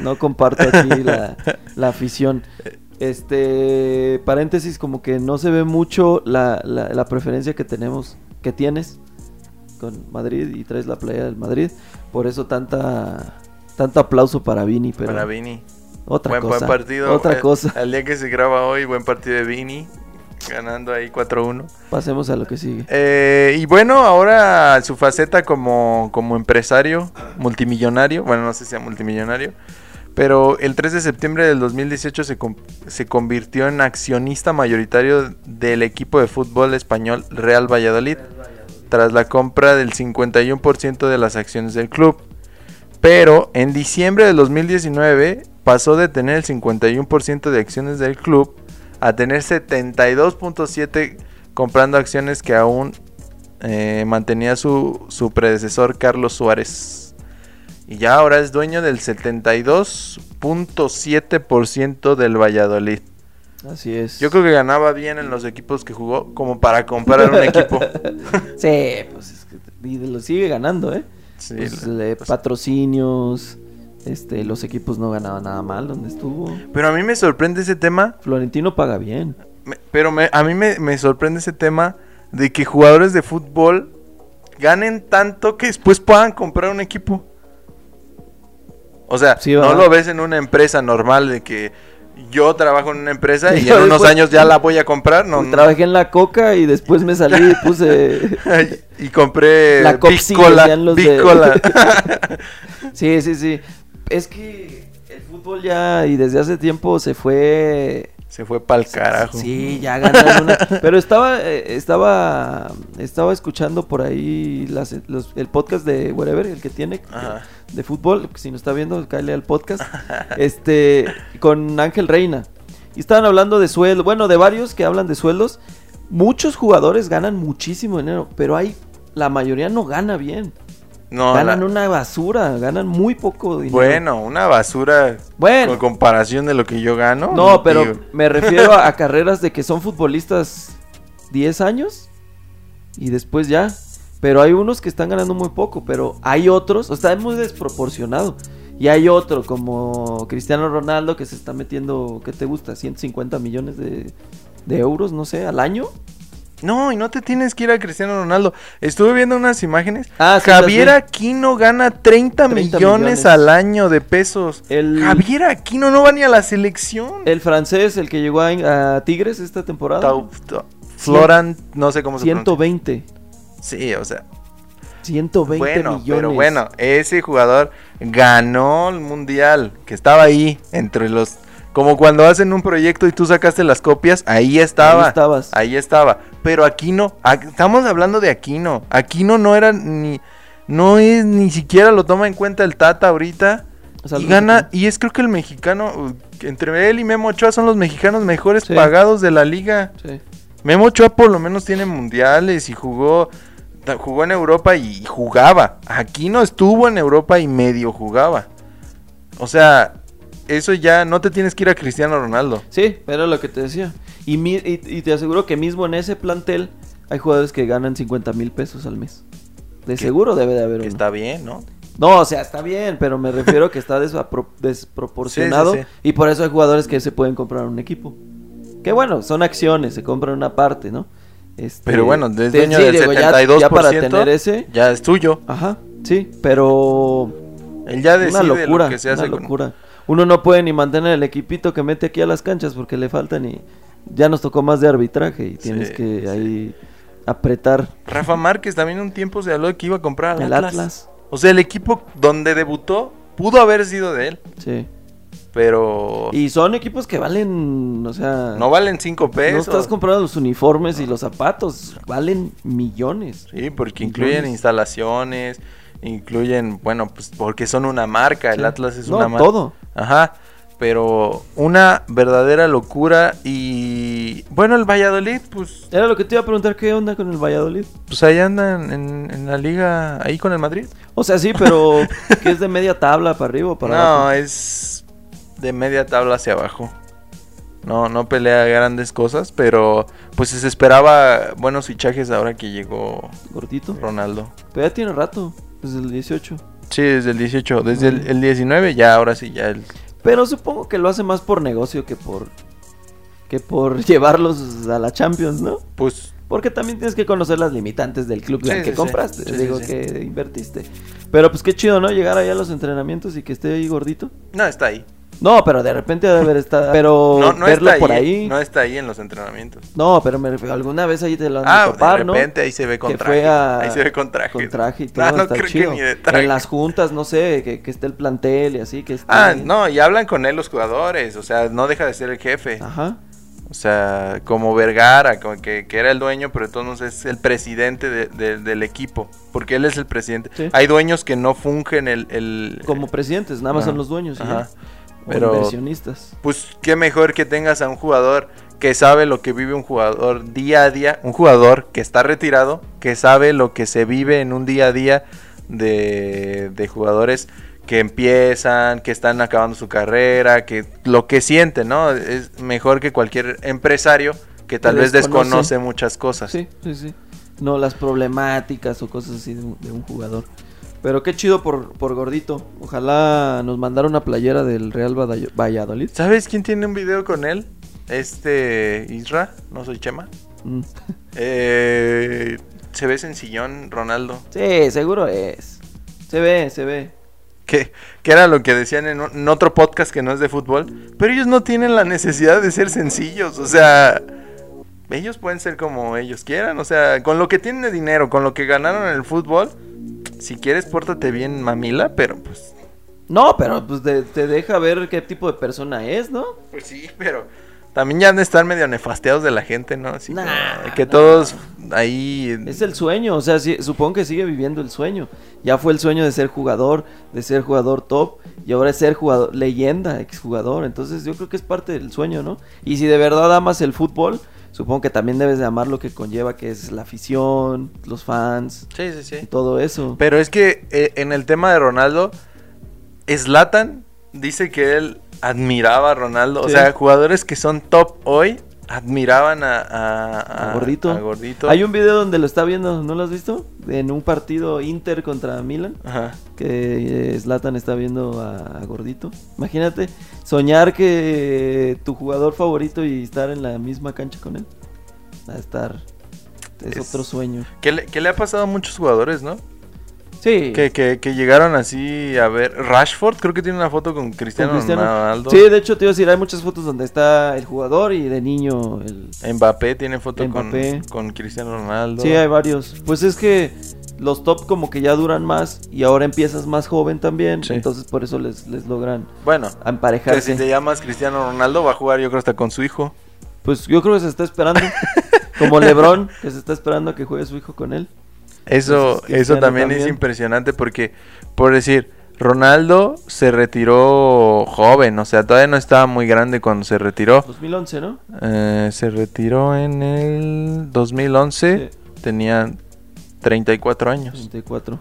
no comparto aquí la, la afición. Este, paréntesis, como que no se ve mucho la, la- la preferencia que tenemos, que tienes con Madrid y traes la playa del Madrid. Por eso tanta, tanto aplauso para Vini, pero
Para Vini.
otra
buen,
cosa.
buen partido.
otra
eh,
cosa.
Al día que se graba hoy, buen partido de Vini, ganando ahí 4-1.
Pasemos a lo que sigue.
Eh, y bueno, ahora su faceta como, como empresario multimillonario, bueno, no sé si sea multimillonario, pero el 3 de septiembre del 2018 se, com- se convirtió en accionista mayoritario del equipo de fútbol español Real Valladolid, tras la compra del 51% de las acciones del club. Pero en diciembre del 2019 pasó de tener el 51% de acciones del club a tener 72.7% comprando acciones que aún eh, mantenía su, su predecesor Carlos Suárez. Y ya ahora es dueño del 72.7% del Valladolid.
Así es.
Yo creo que ganaba bien en los equipos que jugó como para comprar un equipo.
Sí, pues es que y lo sigue ganando, ¿eh?
Sí,
Pues,
la-
le-
pues-
patrocinios, este, los equipos no ganaban nada mal donde estuvo.
pero a mí me sorprende ese tema.
Florentino paga bien.
me- pero me- a mí me, me sorprende ese tema de que jugadores de fútbol ganen tanto que después puedan comprar un equipo. O sea,
Sí,
no
¿verdad?
lo ves en una empresa normal de que yo trabajo en una empresa
(laughs)
y
Yo
en unos
después-
años ya la voy a comprar.
(laughs)
No, (laughs)
Pues, Trabajé en la coca y después me salí y puse.
y compré
La Copsi,
Bicola.
decían los de- (laughs)
Bicola.
Sí, sí, sí. Es que el fútbol ya y desde hace tiempo se fue
Se fue pa'l carajo.
Sí, ya
(laughs)
ganan una. Pero estaba, eh, estaba, estaba escuchando por ahí las- los- el podcast de Wherever, el que tiene
Ajá.
de fútbol. Si no está viendo, cáele
(laughs)
al podcast. este, con Ángel Reina. Y estaban hablando de sueldo, bueno, de varios que hablan de sueldos. Muchos jugadores ganan muchísimo dinero, pero hay la mayoría no gana bien.
No,
ganan
la-
una basura, ganan muy poco dinero.
Bueno, una basura
Bueno.
con comparación de lo que yo gano.
No, pero
digo,
me
(laughs)
refiero a, a carreras de que son futbolistas 10 años y después ya. Pero hay unos que están ganando muy poco, pero hay otros, o sea, es muy desproporcionado. Y hay otro como Cristiano Ronaldo que se está metiendo, ¿qué te gusta? 150 millones de, de euros, no sé, al año.
No, y no te tienes que ir a Cristiano Ronaldo. Estuve viendo unas imágenes.
Ah, sí,
Javier
las
Aquino gana 30,
30
millones,
millones.
al año de pesos.
El-
Javier Aquino no va ni a la selección.
El francés, el que llegó a, a Tigres esta temporada,
Tau- ta- Florent, no sé cómo se pronuncia.
120.
Sí, o sea,
120
bueno,
millones.
pero bueno, ese jugador ganó el mundial, que estaba ahí entre los como cuando hacen un proyecto y tú sacaste las copias, ahí estaba.
Ahí estabas.
Ahí estaba. Pero Aquino, a- estamos hablando de Aquino. Aquino no era ni. No es, ni siquiera lo toma en cuenta el Tata ahorita.
Saludos,
y gana,
Aquino.
y es creo que el mexicano, uh, entre él y Memo Ochoa son los mexicanos mejores
Sí.
pagados de la liga.
Sí.
Memo Ochoa por lo menos tiene mundiales y jugó, ta- jugó en Europa y jugaba. Aquino estuvo en Europa y medio jugaba. O sea, eso ya no te tienes que ir a Cristiano Ronaldo.
Sí, era lo que te decía. Y, mi- y- y te aseguro que mismo en ese plantel hay jugadores que ganan 50 mil pesos al mes. De seguro debe de haber
Que
uno.
está bien, ¿no?
No, o sea, está bien, pero me refiero que está
(laughs)
despropor- desproporcionado.
Sí, sí,
Y por eso hay jugadores que se pueden comprar un equipo. Que bueno, son acciones, se compran una parte, ¿no? Este,
Pero bueno, es
te-
dueño
sí,
del
digo,
72%.
Ya, ya para tener ese.
ya es tuyo.
Ajá, sí, pero.
Él ya decide
Una locura,
lo que se hace
una
con-
locura. Uno no puede ni mantener el equipito que mete aquí a las canchas porque le faltan y ya nos tocó más de arbitraje y tienes
Sí,
que ahí apretar
Rafa Márquez también un tiempo se habló de que iba a comprar al
el
Atlas.
Atlas.
O sea, el equipo donde debutó pudo haber sido de él,
Sí.
pero
Y son equipos que valen, o sea,
Oh. no valen 5
no
pesos.
estás comprando los uniformes y los zapatos, valen millones.
Sí, porque
Millones.
incluyen instalaciones, incluyen, bueno, pues porque son una marca, el
Sí.
Atlas es
No,
una marca.
todo.
Ajá, pero una verdadera locura y bueno, el Valladolid, pues,
Era lo que te iba a preguntar, ¿qué onda con el Valladolid?
pues ahí andan en, en la liga, ahí con el Madrid.
O sea, sí,
(laughs)
pero que es de media tabla para arriba o para
no,
abajo.
es de media tabla hacia abajo. No, no pelea grandes cosas, pero pues se esperaba buenos fichajes ahora que llegó
Gordito.
Ronaldo.
Pero ya tiene rato, desde el 18.
Sí, desde el 18, desde el, el 19 ya, ahora sí, ya el...
Pero supongo que lo hace más por negocio que por que por (laughs) llevarlos a la Champions, ¿no?
Pues
Porque también tienes que conocer las limitantes del club
Sí,
al que
sí, sí.
compraste,
Sí, sí,
digo
sí.
que invertiste. Pero pues qué chido, ¿no? Llegar allá a los entrenamientos y que esté ahí gordito.
no está ahí.
No, pero de repente ha de haber estado, pero
(laughs) No, no
verlo
está ahí.
por ahí.
No
No,
está ahí en los entrenamientos.
pero me refiero, alguna vez ahí te lo han de
Ah,
topar,
de
¿no?
repente ahí se ve con
que
traje.
fue a-
Ahí se ve con traje. Ah,
Con traje
(laughs)
y todo,
No, no
está
creo
chido.
que ni de traje.
En las juntas, no sé, que, que esté el plantel y así, que esté
Ah,
ahí. Ah.
no, y hablan con él los jugadores, o sea, no deja de ser el jefe.
Ajá.
O sea, como Vergara, como que, que era el dueño, pero entonces es el presidente de- de- del equipo. Porque él es el presidente.
Sí.
Hay dueños que no fungen el. el-
Como presidentes, nada más
Ajá,
son los dueños. y ya.
ajá.
O
Pero-
inversionistas.
Pues qué mejor que tengas a un jugador que sabe lo que vive un jugador día a día. Un jugador que está retirado, que sabe lo que se vive en un día a día de, de jugadores que empiezan, que están acabando su carrera, que lo que sienten, ¿no? Es mejor que cualquier empresario que tal
Que
vez
desconoce.
desconoce muchas cosas.
Sí, sí, sí. No las problemáticas o cosas así de un, de un jugador. Pero qué chido por, por gordito. Ojalá nos mandara una playera del Real Vadayo- Valladolid.
¿Sabes quién tiene un video con él? Este Isra, no soy Chema.
Mm.
Eh, se ve sencillón Ronaldo.
Sí, seguro es. Se ve, se ve.
Que, que era lo que decían en, un- en otro podcast que no es de fútbol. Pero ellos no tienen la necesidad de ser sencillos. O sea, ellos pueden ser como ellos quieran. O sea, con lo que tienen de dinero, con lo que ganaron en el fútbol. Si quieres, pórtate bien, mamila. Pero pues.
No, pero pues te, te deja ver qué tipo de persona es, ¿no?
Pues sí, pero. También ya han de estar medio nefasteados de la gente, ¿no? Así como,
Nah,
que
nah.
todos ahí.
Es el sueño, o sea, sí- supongo que sigue viviendo el sueño. Ya fue el sueño de ser jugador, de ser jugador top, y ahora es ser jugador, leyenda, exjugador. Entonces yo creo que es parte del sueño, ¿no? Y si de verdad amas el fútbol, supongo que también debes de amar lo que conlleva, que es la afición, los fans,
Sí, sí, sí.
y todo eso.
Pero es que eh, en el tema de Ronaldo, Zlatan dice que él admiraba a Ronaldo. O
Sí.
sea, jugadores que son top hoy admiraban a, a- a-
A gordito.
a Gordito.
Hay un video donde lo está viendo, ¿no lo has visto? En un partido Inter contra Milan.
Ajá.
que eh, Zlatan está viendo a, a Gordito. Imagínate soñar que eh, tu jugador favorito y estar en la misma cancha con él. Va a estar es,
Es-
otro sueño.
Que le, que le ha pasado a muchos jugadores, ¿no?
Sí.
Que, que- que llegaron así a ver. Rashford, creo que tiene una foto con Cristiano, Ronaldo.
Sí, de hecho te iba a decir, hay muchas fotos donde está el jugador y de niño el
Mbappé tiene foto
Mbappé.
Con, con Cristiano Ronaldo.
Sí, hay varios. Pues es que los top como que ya duran más y ahora empiezas más joven también,
Sí.
entonces por eso les, les logran
Bueno, que si
emparejarse.
te llamas Cristiano Ronaldo, va a jugar yo creo hasta con su hijo.
Pues yo creo que se está esperando. Como Lebron, que se está esperando a que juegue su hijo con él.
Eso,
Entonces,
eso
Cristiano
también, es
también.
impresionante porque, por decir, Ronaldo se retiró joven, o sea, todavía no estaba muy grande cuando se retiró.
2011, ¿no?
Eh, se retiró en el 2011, tenía 34 años.
34.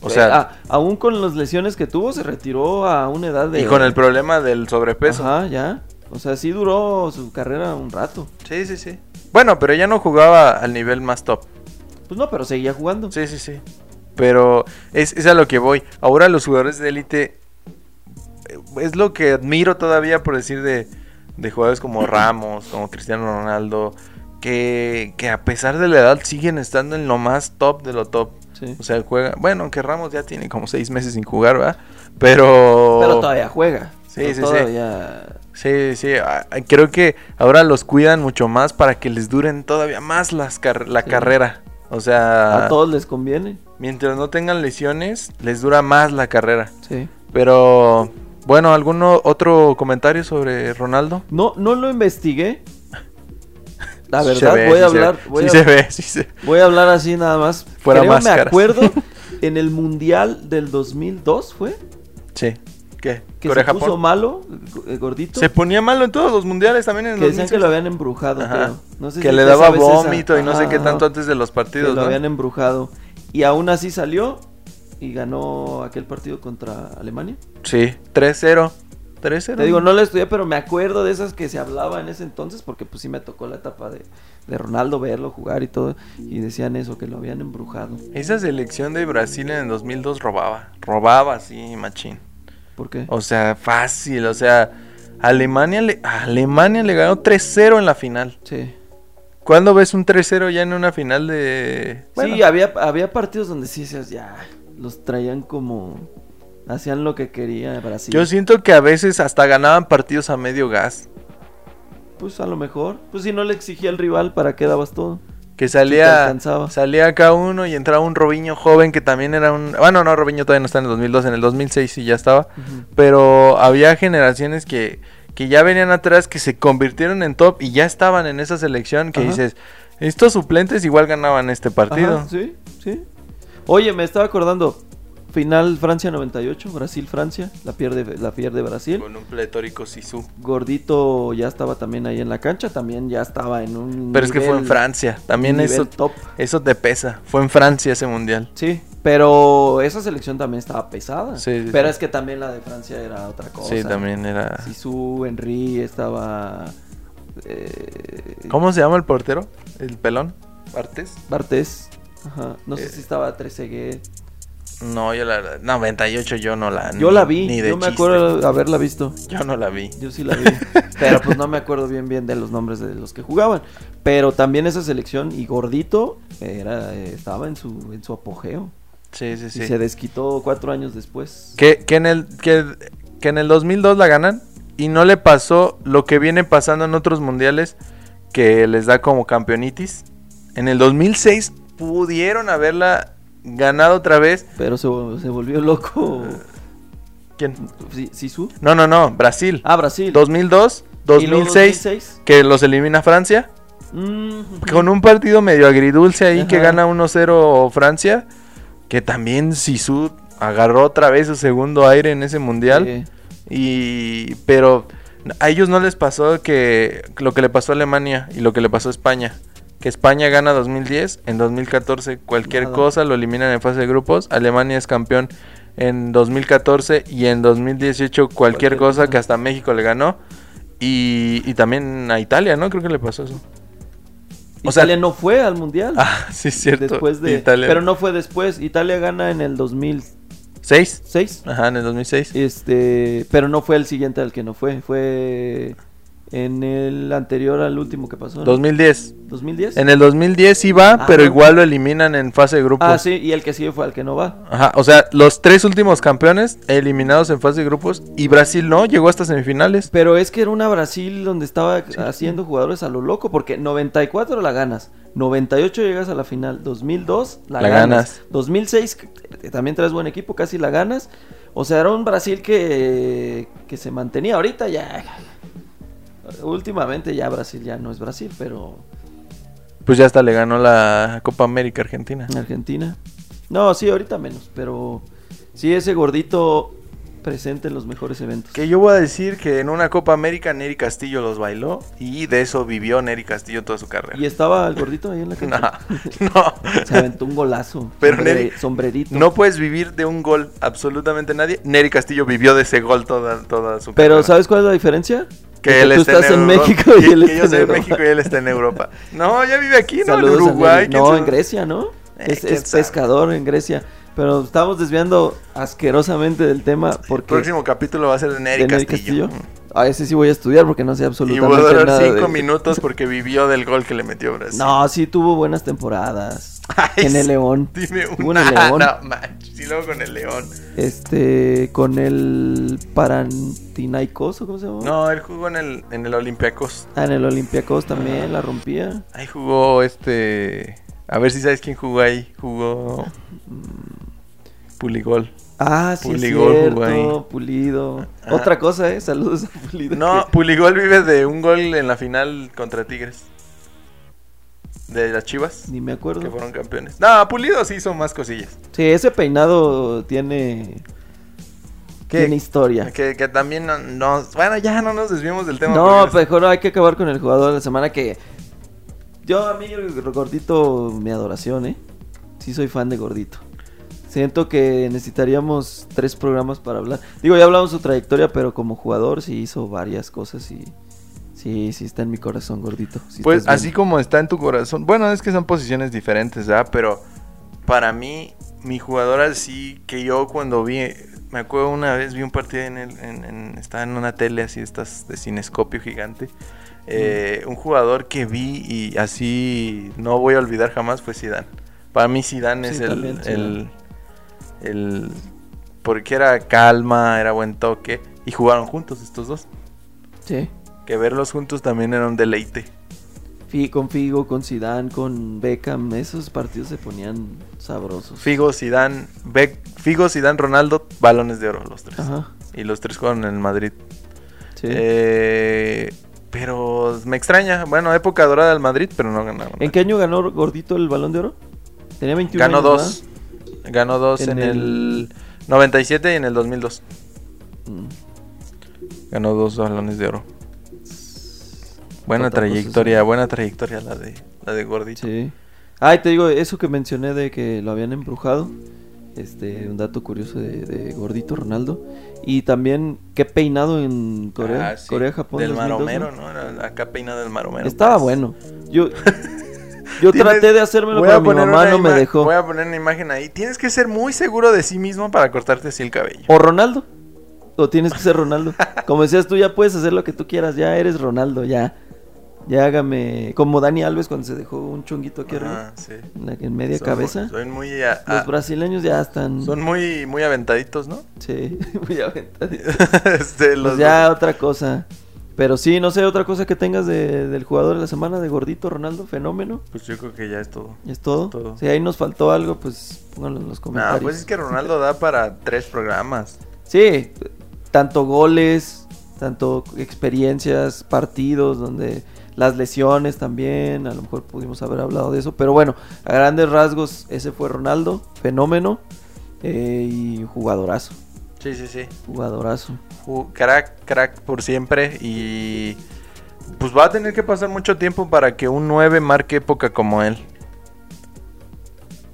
O sea,
Ah, aún con las lesiones que tuvo, se retiró a una edad de.
y con el problema del sobrepeso.
Ajá, ya. O sea, sí duró su carrera un rato.
Sí, sí, sí. Bueno, pero ya no jugaba al nivel más top.
Pues no, pero seguía jugando.
Sí, sí, sí. Pero es, es a lo que voy. Ahora los jugadores de élite eh, es lo que admiro todavía por decir de, de jugadores
(clears throat)
como Ramos, como Cristiano Ronaldo, que, que a pesar de la edad siguen estando en lo más top de lo top.
Sí.
O sea, juega. Bueno, que Ramos ya tiene como seis meses sin jugar, ¿verdad? Pero.
Pero todavía juega.
Sí,
Pero
sí, sí.
todavía...
Sí, sí. ah, ah, Creo que ahora los cuidan mucho más para que les duren todavía más las car- la
Sí.
carrera. O sea.
A todos les conviene.
Mientras no tengan lesiones, les dura más la carrera.
Sí.
Pero, bueno, ¿algún o- otro comentario sobre Ronaldo?
No, no lo investigué. La
Sí se
verdad,
ve,
voy a
sí se
hablar.
ve,
voy
sí
a-
se ve, sí se
Voy a hablar así nada más.
Fuera
Creo, me
máscaras. (laughs)
acuerdo, en el Mundial del 2002 fue
Sí. ¿Qué?
que
¿Corea,
se puso
Japón?
malo, eh, gordito.
Se ponía malo en todos los mundiales, también en
que
los
decían que lo habían embrujado,
Ajá.
creo. No sé
que
si
le
tú
daba
sabes esa.
vómito y no sé
Ajá,
qué tanto
ajá,
antes de los
que
partidos,
lo
¿no?
habían em- embrujado. Y aún así salió y ganó aquel partido contra Alemania.
Sí, 3-0. 3-0.
Te digo, no lo estudié, pero me acuerdo de esas que se hablaba en ese entonces, porque pues sí me tocó la etapa de, de Ronaldo verlo jugar y todo. Y decían eso, que lo habían embrujado.
Esa selección de Brasil en el 2002 robaba. Robaba, sí, machín.
¿Por qué?
O sea, fácil, o sea... Alemania le, Alemania le ganó 3-0 en la final.
Sí.
¿Cuándo ves un 3-0 ya en una final de.?
Sí, había, había partidos donde sí decías, ya, los traían como... Hacían lo que quería Brasil.
Yo siento que a veces hasta ganaban partidos a medio gas.
Pues a lo mejor. Pues si no le exigía al rival, ¿para qué dabas todo?
Que
Sí te
salía,
alcanzaba.
salía acá uno y entraba un Robinho joven que también era un. Bueno, no, Robinho todavía no está en el 2002, en el 2006 sí ya estaba. Pero había generaciones que, que ya venían atrás, que se convirtieron en top y ya estaban en esa selección que
Ajá.
dices, estos suplentes igual ganaban este partido.
Ajá, sí, sí. Oye, me estaba acordando. Final Francia 98, Brasil-Francia. La pierde, la pierde Brasil.
Con un pletórico Sisu.
Gordito ya estaba también ahí en la cancha. También ya estaba en un.
Pero es que fue en
nivel-
Francia, también
nivel
eso,
top.
eso te pesa. Fue en Francia ese mundial.
Sí, pero esa selección también estaba pesada.
Sí, sí,
pero
sí.
es que también la de Francia era otra cosa.
sí, también era...
Sisu, Henry, estaba. eh,
¿Cómo se llama el portero? ¿El pelón? ¿Partes?
Bartés. Ajá. No sé
Eh.
si estaba Trezeguet.
No, yo la verdad, 98 yo no la...
Yo
ni-
la vi.
ni de
Yo me
chiste.
acuerdo haberla visto.
Yo no la vi.
Yo sí
(laughs)
la vi. pero pues no me acuerdo bien bien de los nombres de los que jugaban. Pero también esa selección y gordito era, eh, estaba en su, en su apogeo.
Sí, sí,
Y
sí.
se desquitó cuatro años después.
Que, que en el, que, que en el 2002 la ganan y no le pasó lo que viene pasando en otros mundiales que les da como campeonitis. En el 2006 pudieron haberla ganado otra vez.
Pero se, se
(laughs)
volvió loco.
¿Quién?
Si- Sisu.
No, no, no, Brasil.
Ah, Brasil.
2002,
Y luego
2006, que los elimina Francia.
Mm,
Con un partido medio agridulce ahí que
Ajá.
gana 1-0 Francia. Que también Sisu agarró otra vez su segundo aire en ese mundial.
eh,
Y. Pero. A ellos no les pasó que. Lo que le pasó a Alemania y lo que le pasó a España. Que España gana 2010, en 2014 cualquier
Nada.
cosa lo eliminan en fase de grupos. Alemania es campeón en 2014 y en 2018 cualquier,
Cualquier
cosa
cosa.
que hasta México le ganó. Y, y también a Italia, ¿no? Creo que le pasó
(laughs)
eso. O sea-
Italia no fue al mundial.
Ah, sí, es cierto.
después de,
Italia.
Pero no fue después. Italia gana en el 2006.
¿Seis? Ajá, en el 2006.
Este, pero no fue el siguiente al que no fue, fue en el anterior al último que pasó. ¿no?
2010.
¿2010?
En el 2010 iba,
Ah,
pero
ok.
igual lo eliminan en fase de grupos.
Ah, sí, y el que sigue fue al que no va.
Ajá, o sea, los tres últimos campeones eliminados en fase de grupos y Brasil no, llegó hasta semifinales.
Pero es que era una Brasil donde estaba haciendo jugadores a lo loco, porque 94 la ganas, 98 llegas a la final, 2002 la,
La
ganas,
ganas.
2006 eh, también traes buen equipo, casi la ganas. O sea, era un Brasil que, que se mantenía ahorita ya. Últimamente ya Brasil ya no es Brasil, pero
Pues ya hasta le ganó la Copa América Argentina.
En Argentina. No, sí, ahorita menos, pero sí, ese gordito presente en los mejores eventos.
Que yo voy a decir que en una Copa América Neri Castillo los bailó y de eso vivió Neri Castillo toda su carrera. (laughs)
Y estaba el gordito ahí en la
No,
cancha.
no.
Se aventó un golazo.
Pero
sombre-
Nelly-
sombrerito.
No puedes vivir de un gol absolutamente nadie. Neri Castillo vivió de ese gol toda, toda su
Pero
carrera.
¿sabes cuál es la diferencia?
que él
tú
está
estás en,
Europa- (laughs)
México y, él
que
está
yo soy
en
de
Europa.
México y él está en Europa. No, ya vive aquí, ¿no?
Saludos
en
a
Uruguay.
Nelly.
¿quién
No,
sabe?
en Grecia, ¿no?
Eh,
es
quién
es
sabe.
pescador en Grecia. Pero estamos desviando asquerosamente del tema
El
porque...
próximo capítulo va a ser de Neri
de Nelly
Castillo.
Ah, ese sí voy a estudiar porque no sé
Y
absolutamente
voy a
nada.
durar cinco
de- (laughs)
minutos porque vivió del gol que le metió Brasil.
No, sí tuvo buenas temporadas.
(laughs) Ay,
en el
sí,
León.
Dime
Tuvo en
una.
el
(laughs)
León.
No, manches, sí, luego con el León.
Este, con el Parantinaicos, ¿o ¿cómo se llama?
No, él jugó en el, en el Olympiacos.
Ah, en el Olympiacos también la rompía.
Ahí jugó este. A ver si sabes quién jugó ahí. Jugó. Puligol.
Ah, sí, es
Puligol jugó
cierto, Pulido.
Ah.
Otra cosa, ¿eh? Saludos a Pulido. (laughs)
No, Puligol vive de un gol en la final contra Tigres. De las Chivas.
que ni me
Que
acuerdo.
fueron campeones. No, Pulido sí hizo más cosillas.
Sí, ese peinado tiene.
¿Qué?
Tiene historia.
Que, que también no, no- Bueno, ya no nos desviemos del tema.
No,
porque-
mejor hay que acabar con el jugador de la semana que. Yo a mí, Gordito, mi adoración, ¿eh? Sí soy fan de Gordito. Siento que necesitaríamos tres programas para hablar. Digo, ya hablamos su trayectoria, pero como jugador sí hizo varias cosas y. Sí, sí está en mi corazón, Gordito. sí
Pues
estás
así
viendo.
como está en tu corazón. Bueno, es que son posiciones diferentes, ¿verdad? Pero para mí, mi jugador así que yo cuando vi, me acuerdo una vez vi un partido en el, en, en- estaba en una tele así estas de cinescopio gigante. Eh,
Mm.
Un jugador que vi y así no voy a olvidar jamás fue Zidane. Para mí Zidane
Sí,
es el,
también, Zidane.
el, el porque era calma, era buen toque y jugaron juntos estos dos.
Sí.
Que verlos juntos también era un deleite.
Fi- Con Figo, con Zidane, con Beckham, esos partidos se ponían sabrosos.
Figo, Zidane, Beck, Figo, Zidane, Ronaldo, balones de oro los tres.
Ajá.
Y los tres jugaron en el Madrid.
Sí.
Eh, pero me extraña. Bueno, época dorada del Madrid, pero no ganaron.
¿En qué año ganó Gordito el Balón de Oro? Tenía 21
Ganó
años,
dos. Ganó dos en,
En
el... 97 y en el 2002.
¿verdad? Mm.
Ganó dos balones de oro. Buena
Tanta cosa,
trayectoria, buena trayectoria la de, la de Gordito.
pues, Sí. Ay, te digo, eso que mencioné de que lo habían embrujado. Este, un dato curioso de, de Gordito Ronaldo. Y también, qué peinado en Corea.
Ah, sí.
Corea-Japón.
Del
2002,
maromero,
¿no?
¿no? Era Acá peinado del maromero.
Estaba
pues.
bueno.
(laughs)
Yo, yo
Tienes-
traté de hacérmelo,
Voy a
pero mi
poner
mamá
una
no me
ima-
dejó.
Voy a poner una imagen ahí. Tienes que ser muy seguro de sí mismo para cortarte así el cabello.
O Ronaldo. O tienes que ser Ronaldo. Como decías tú, ya puedes hacer lo que tú quieras. Ya eres Ronaldo, ya. Ya hágame. Como Dani Alves cuando se dejó un chonguito aquí arriba.
Ah, sí.
En, la- en media
Son-
cabeza.
Son muy, a- a-
Los brasileños ya están.
Ah. son muy, muy aventaditos, ¿no?
Sí, (laughs) muy aventaditos.
(laughs) Este,
Pues
los
ya otra cosa. Pero sí, no sé, otra cosa que tengas de- del jugador de la semana, de gordito Ronaldo, fenómeno.
dos- Pues yo creo que ya es todo.
¿Es todo?
Todo.
Si ahí nos faltó algo, pues pónganlo en los comentarios.
Nah, pues es que Ronaldo da para tres programas.
(laughs) Sí, tanto goles, tanto experiencias, partidos, donde las lesiones también, a lo mejor pudimos haber hablado de eso, pero bueno, a grandes rasgos, ese fue Ronaldo, fenómeno eh, y jugadorazo,
Sí, sí, sí.
jugadorazo.
Ju- Crack, crack por siempre. Y pues va a tener que pasar mucho tiempo para que un 9 marque época como él.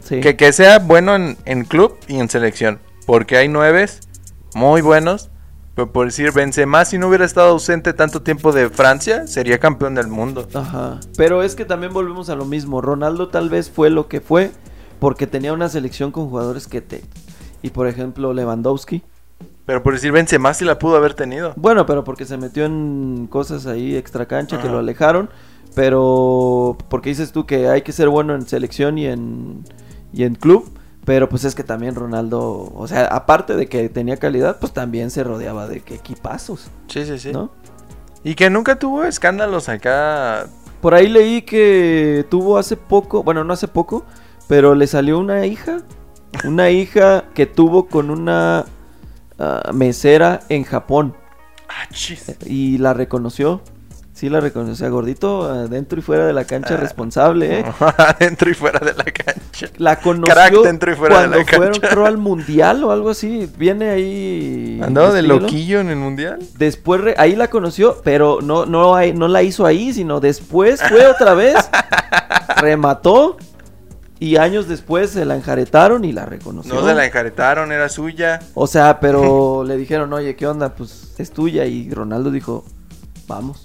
Sí,
Que, que sea bueno en, en club y en selección. Porque hay nueves muy buenos. Pero por decir, Benzema, si no hubiera estado ausente tanto tiempo de Francia, sería campeón del mundo.
Ajá. Pero es que también volvemos a lo mismo. Ronaldo tal vez fue lo que fue porque tenía una selección con jugadores que te. Y por ejemplo, Lewandowski.
Pero por decir, Benzema sí la pudo haber tenido.
Bueno, pero porque se metió en cosas ahí extra cancha que
Ajá.
lo alejaron. Pero porque dices tú que hay que ser bueno en selección y en, y en club. Pero pues es que también Ronaldo, o sea, aparte de que tenía calidad, pues también se rodeaba de que equipazos,
Sí, sí, sí.
¿no?
Y que nunca tuvo escándalos acá.
Por ahí leí que tuvo hace poco, bueno, no hace poco, pero le salió una hija. Una hija que tuvo con una ah, mesera en Japón
Ah, chis.
eh, y la reconoció. Sí, la reconoció. O sea, gordito, ah, dentro y fuera de la
Ah,
cancha,
(laughs)
responsable, ¿eh?
dentro y fuera de la cancha.
La conoció
Crack dentro y fuera de
cuando
la cancha.
fueron, creo, al mundial o algo así. Viene ahí.
Andaba de
investíguelo.
loquillo en el mundial.
Después re- ahí la conoció, pero no, no, ahí- no la hizo ahí, sino después fue otra
(laughs)
vez, remató y años después se la enjaretaron y la reconoció.
No se la encaretaron, era suya.
O sea, pero (laughs) le dijeron, oye, ¿qué onda? Pues es tuya y Ronaldo dijo, vamos,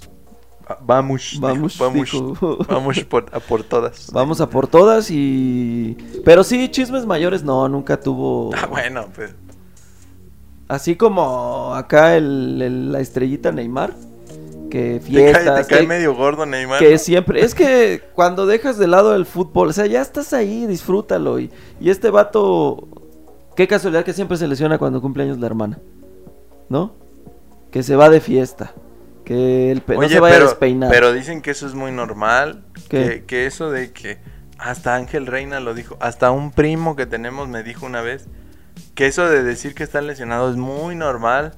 Ah, Vamos, dijo, (laughs)
Vamos,
vamos,
dijo.
vamos por, a por todas.
(laughs) vamos a por todas y... Pero sí, chismes mayores no, nunca tuvo...
Ah, bueno, pues.
Así como acá el- el- la estrellita Neymar,
Te cae,
que fiestas,
te cae
que-
medio gordo, Neymar.
que siempre. Es que cuando dejas de lado el fútbol, o sea, ya estás ahí, disfrútalo. Y, y este vato, qué casualidad que siempre se lesiona cuando cumple años la hermana, ¿no? Que se va de fiesta, que el pe- no
Oye,
se vaya
pero,
despeinado.
pero dicen que eso es muy normal.
¿Qué?
Que, que eso de que hasta Ángel Reina lo dijo, hasta un primo que tenemos me dijo una vez que eso de decir que están lesionados es muy normal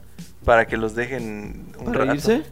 para que los dejen un
¿Para
rato.
irse?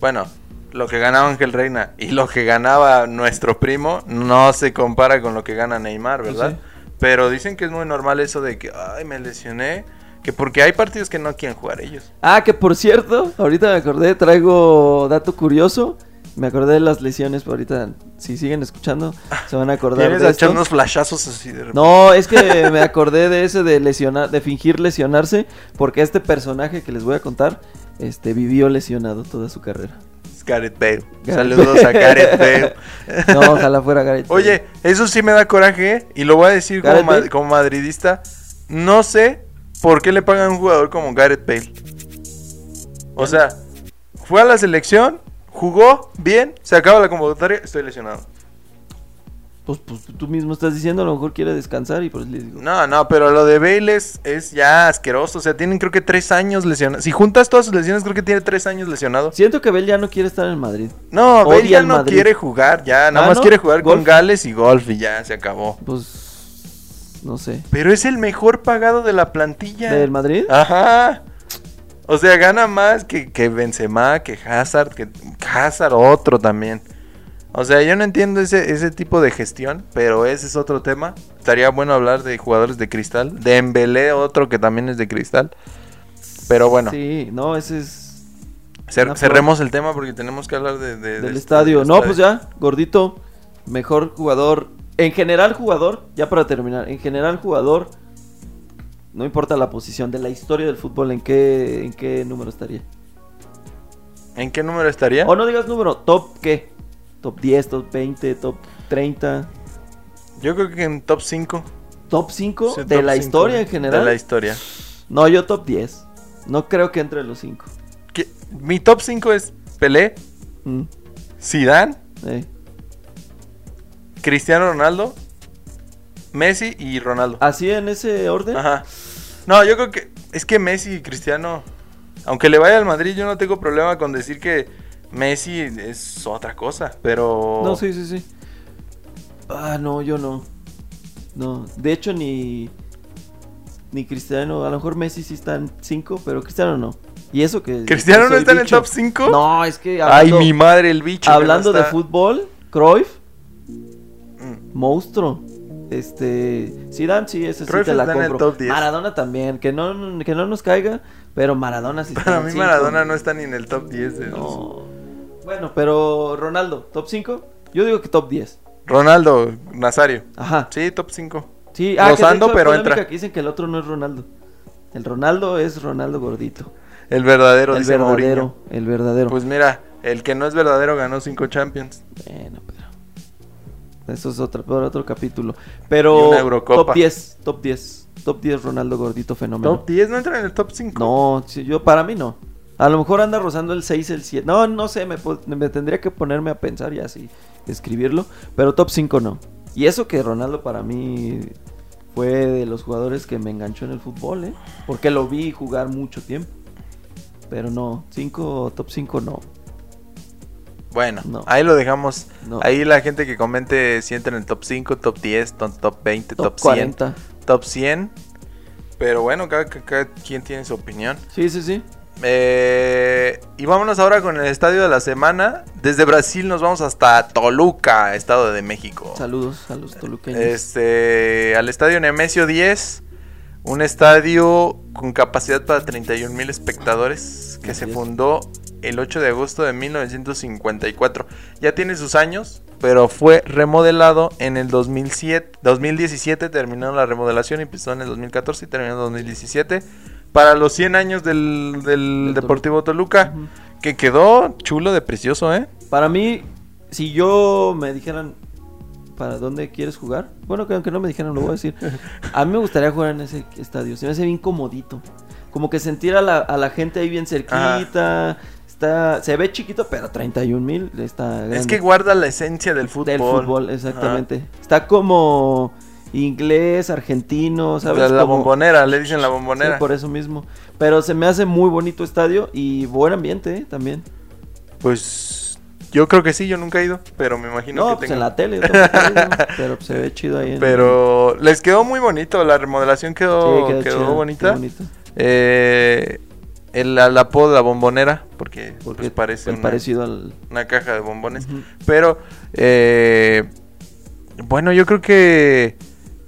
Bueno, lo que ganaba Ángel Reina y lo que ganaba nuestro primo no se compara con lo que gana Neymar,
Pues
¿verdad? Pero dicen que es muy normal eso de que, ay, me lesioné, que porque hay partidos que no quieren jugar ellos.
Ah, que por cierto, ahorita me acordé, traigo dato curioso. Me acordé de las lesiones, pero ahorita, si siguen escuchando, se van a acordar.
Tienes
de
a
esto.
echar unos flashazos así de repente.
No,
(laughs)
es que me acordé de ese de lesionar, de fingir lesionarse, porque este personaje que les voy a contar, este, vivió lesionado toda su carrera.
Es Gareth Bale.
Gareth
Saludos a
Bale.
Gareth
(laughs)
Bale.
No, ojalá fuera Gareth. Bale.
Oye, eso sí me da coraje ¿eh? y lo voy a decir como,
¿Gareth
ma-
Bale?
como madridista. No sé por qué le pagan a un jugador como Gareth Bale. O sea, fue a la selección, jugó bien, se acaba la convocatoria, estoy lesionado.
pues, pues, tú mismo estás diciendo, a lo mejor quiere descansar y pues le digo.
No, no, pero lo de Bale es, es ya asqueroso. O sea, tienen creo que tres años lesionado. Si juntas todas sus lesiones, creo que tiene tres años lesionado.
Siento que Bell ya no quiere estar en Madrid.
No,
Odia
Bale ya
al
no
Madrid.
quiere jugar, ya. Nada
Ah,
más
¿no?
quiere jugar con
Golf.
Gales y golf y ya se acabó.
Pues no sé.
Pero es el mejor pagado de la plantilla.
¿Del Madrid?
Ajá. O sea, gana más que, que Benzema, que Hazard, que Hazard otro también. O sea, yo no entiendo ese, ese tipo de gestión, pero ese es otro tema. Estaría bueno hablar de jugadores de cristal. De Embelé, otro que también es de cristal. Pero bueno,
Sí, no, ese es
cer-
una
cerremos el tema porque tenemos que hablar de, de- de-
del
de- este
estadio.
del
No, pues ya, gordito, mejor jugador. En general jugador, ya para terminar, en general jugador, no importa la posición de la historia del fútbol, en qué, en qué número estaría.
¿En qué número estaría?
O no digas número, top qué. Top 10, top 20, top 30,
Yo creo que en top 5.
top 5 de la historia en general.
De la historia.
No, yo top 10. No creo que entre los 5.
Que- Mi top 5 es Pelé, Zidane,
Eh,
Cristiano Ronaldo, Messi y Ronaldo.
Así en ese orden.
Ajá. No, yo creo que es que Messi y Cristiano, aunque le vaya al Madrid, yo no tengo problema con decir que Messi es otra cosa, pero
No, sí, sí, sí. Ah, no, yo no. No, de hecho ni ni Cristiano, a lo mejor Messi sí está en 5, pero Cristiano no. Y eso que
Cristiano
que
no
soy
está en el
bicho.
top cinco?
No, es que
ay
hablando,
mi madre el bicho. que no
hablando de
está.
fútbol, Cruyff,
Mm.
monstruo. Este, Zidane sí, ese sí
Cruyff
te la
está en el
compro.
top 10.
Maradona también, que no que no nos caiga, pero Maradona sí está
Para
en
mí
cinco.
Maradona no está ni en el top 10 de los-
No. Bueno, pero Ronaldo, top 5? Yo digo que top 10.
Ronaldo, Nazario.
Ajá.
Sí, top 5.
Sí, ah, que de
Rozando,
hecho hay
pero
polémica
entra.
que dicen que el otro no es Ronaldo. El Ronaldo es Ronaldo gordito.
El verdadero,
el
dice Mourinho.
verdadero, el verdadero.
Pues mira, el que no es verdadero ganó 5 Champions.
Bueno, pero eso es otro, para otro capítulo. Pero
Y una Eurocopa.
top 10, top 10, top 10 Ronaldo gordito fenómeno.
Top 10 no entra en el top 5.
No, sí, yo para mí no. A lo mejor anda rozando el 6, el 7. No, no sé, me, po- me tendría que ponerme a pensar y así escribirlo. Pero top 5 no. Y eso que Ronaldo para mí fue de los jugadores que me enganchó en el fútbol, ¿eh? Porque lo vi jugar mucho tiempo. Pero no, 5, top 5 no.
Bueno,
No.
ahí lo dejamos.
No.
Ahí la gente que comente si entra en el top 5, top 10, top, top 20,
Top,
top, 100,
40.
top 100. Pero bueno, cada, cada- cada quien tiene su opinión.
Sí, sí, sí.
Eh, y vámonos ahora con el estadio de la semana. Desde Brasil nos vamos hasta Toluca, Estado de México.
Saludos a los toluqueños.
Este, al estadio Nemesio 10, un estadio con capacidad para 31 mil espectadores que
Así
se
es.
fundó el 8 de agosto de 1954. Ya tiene sus años, pero fue remodelado en el 2007, 2017, terminó la remodelación, empezó en el 2014 y terminó en el 2017. Para los 100 años del, del
Del
Deportivo Toluca,
Ujú.
que quedó chulo de precioso, ¿eh?
Para mí, si yo me dijeran para dónde quieres jugar, bueno, que aunque no me dijeran, lo voy
(laughs)
a decir. A mí me gustaría jugar en ese estadio, se me hace bien comodito. Como que sentir a la, a la gente ahí bien cerquita. Está, se ve chiquito, pero 31 mil está grande.
Es que guarda la esencia del fútbol.
Del fútbol,
Ajá.
exactamente. Está como inglés, argentino, ¿sabes?
La, la
Pues, Como-
bombonera, le dicen la
Sí,
bombonera.
por eso mismo. Pero se me hace muy bonito estadio y buen ambiente ¿eh? también.
Pues yo creo que sí, yo nunca he ido, pero me imagino
No,
que
pues
tengo.
en la tele.
(laughs)
yo tampoco he ido, pero pues, se ve chido ahí. en-
Pero les quedó muy bonito, la remodelación quedó,
Sí,
quedó,
chido,
bonita. Pues,
bonito.
Eh, el, el apodo la bombonera, porque,
Porque
pues, parece
el
una,
parecido al...
una caja de bombones.
Ujú.
Pero eh, bueno, yo creo que,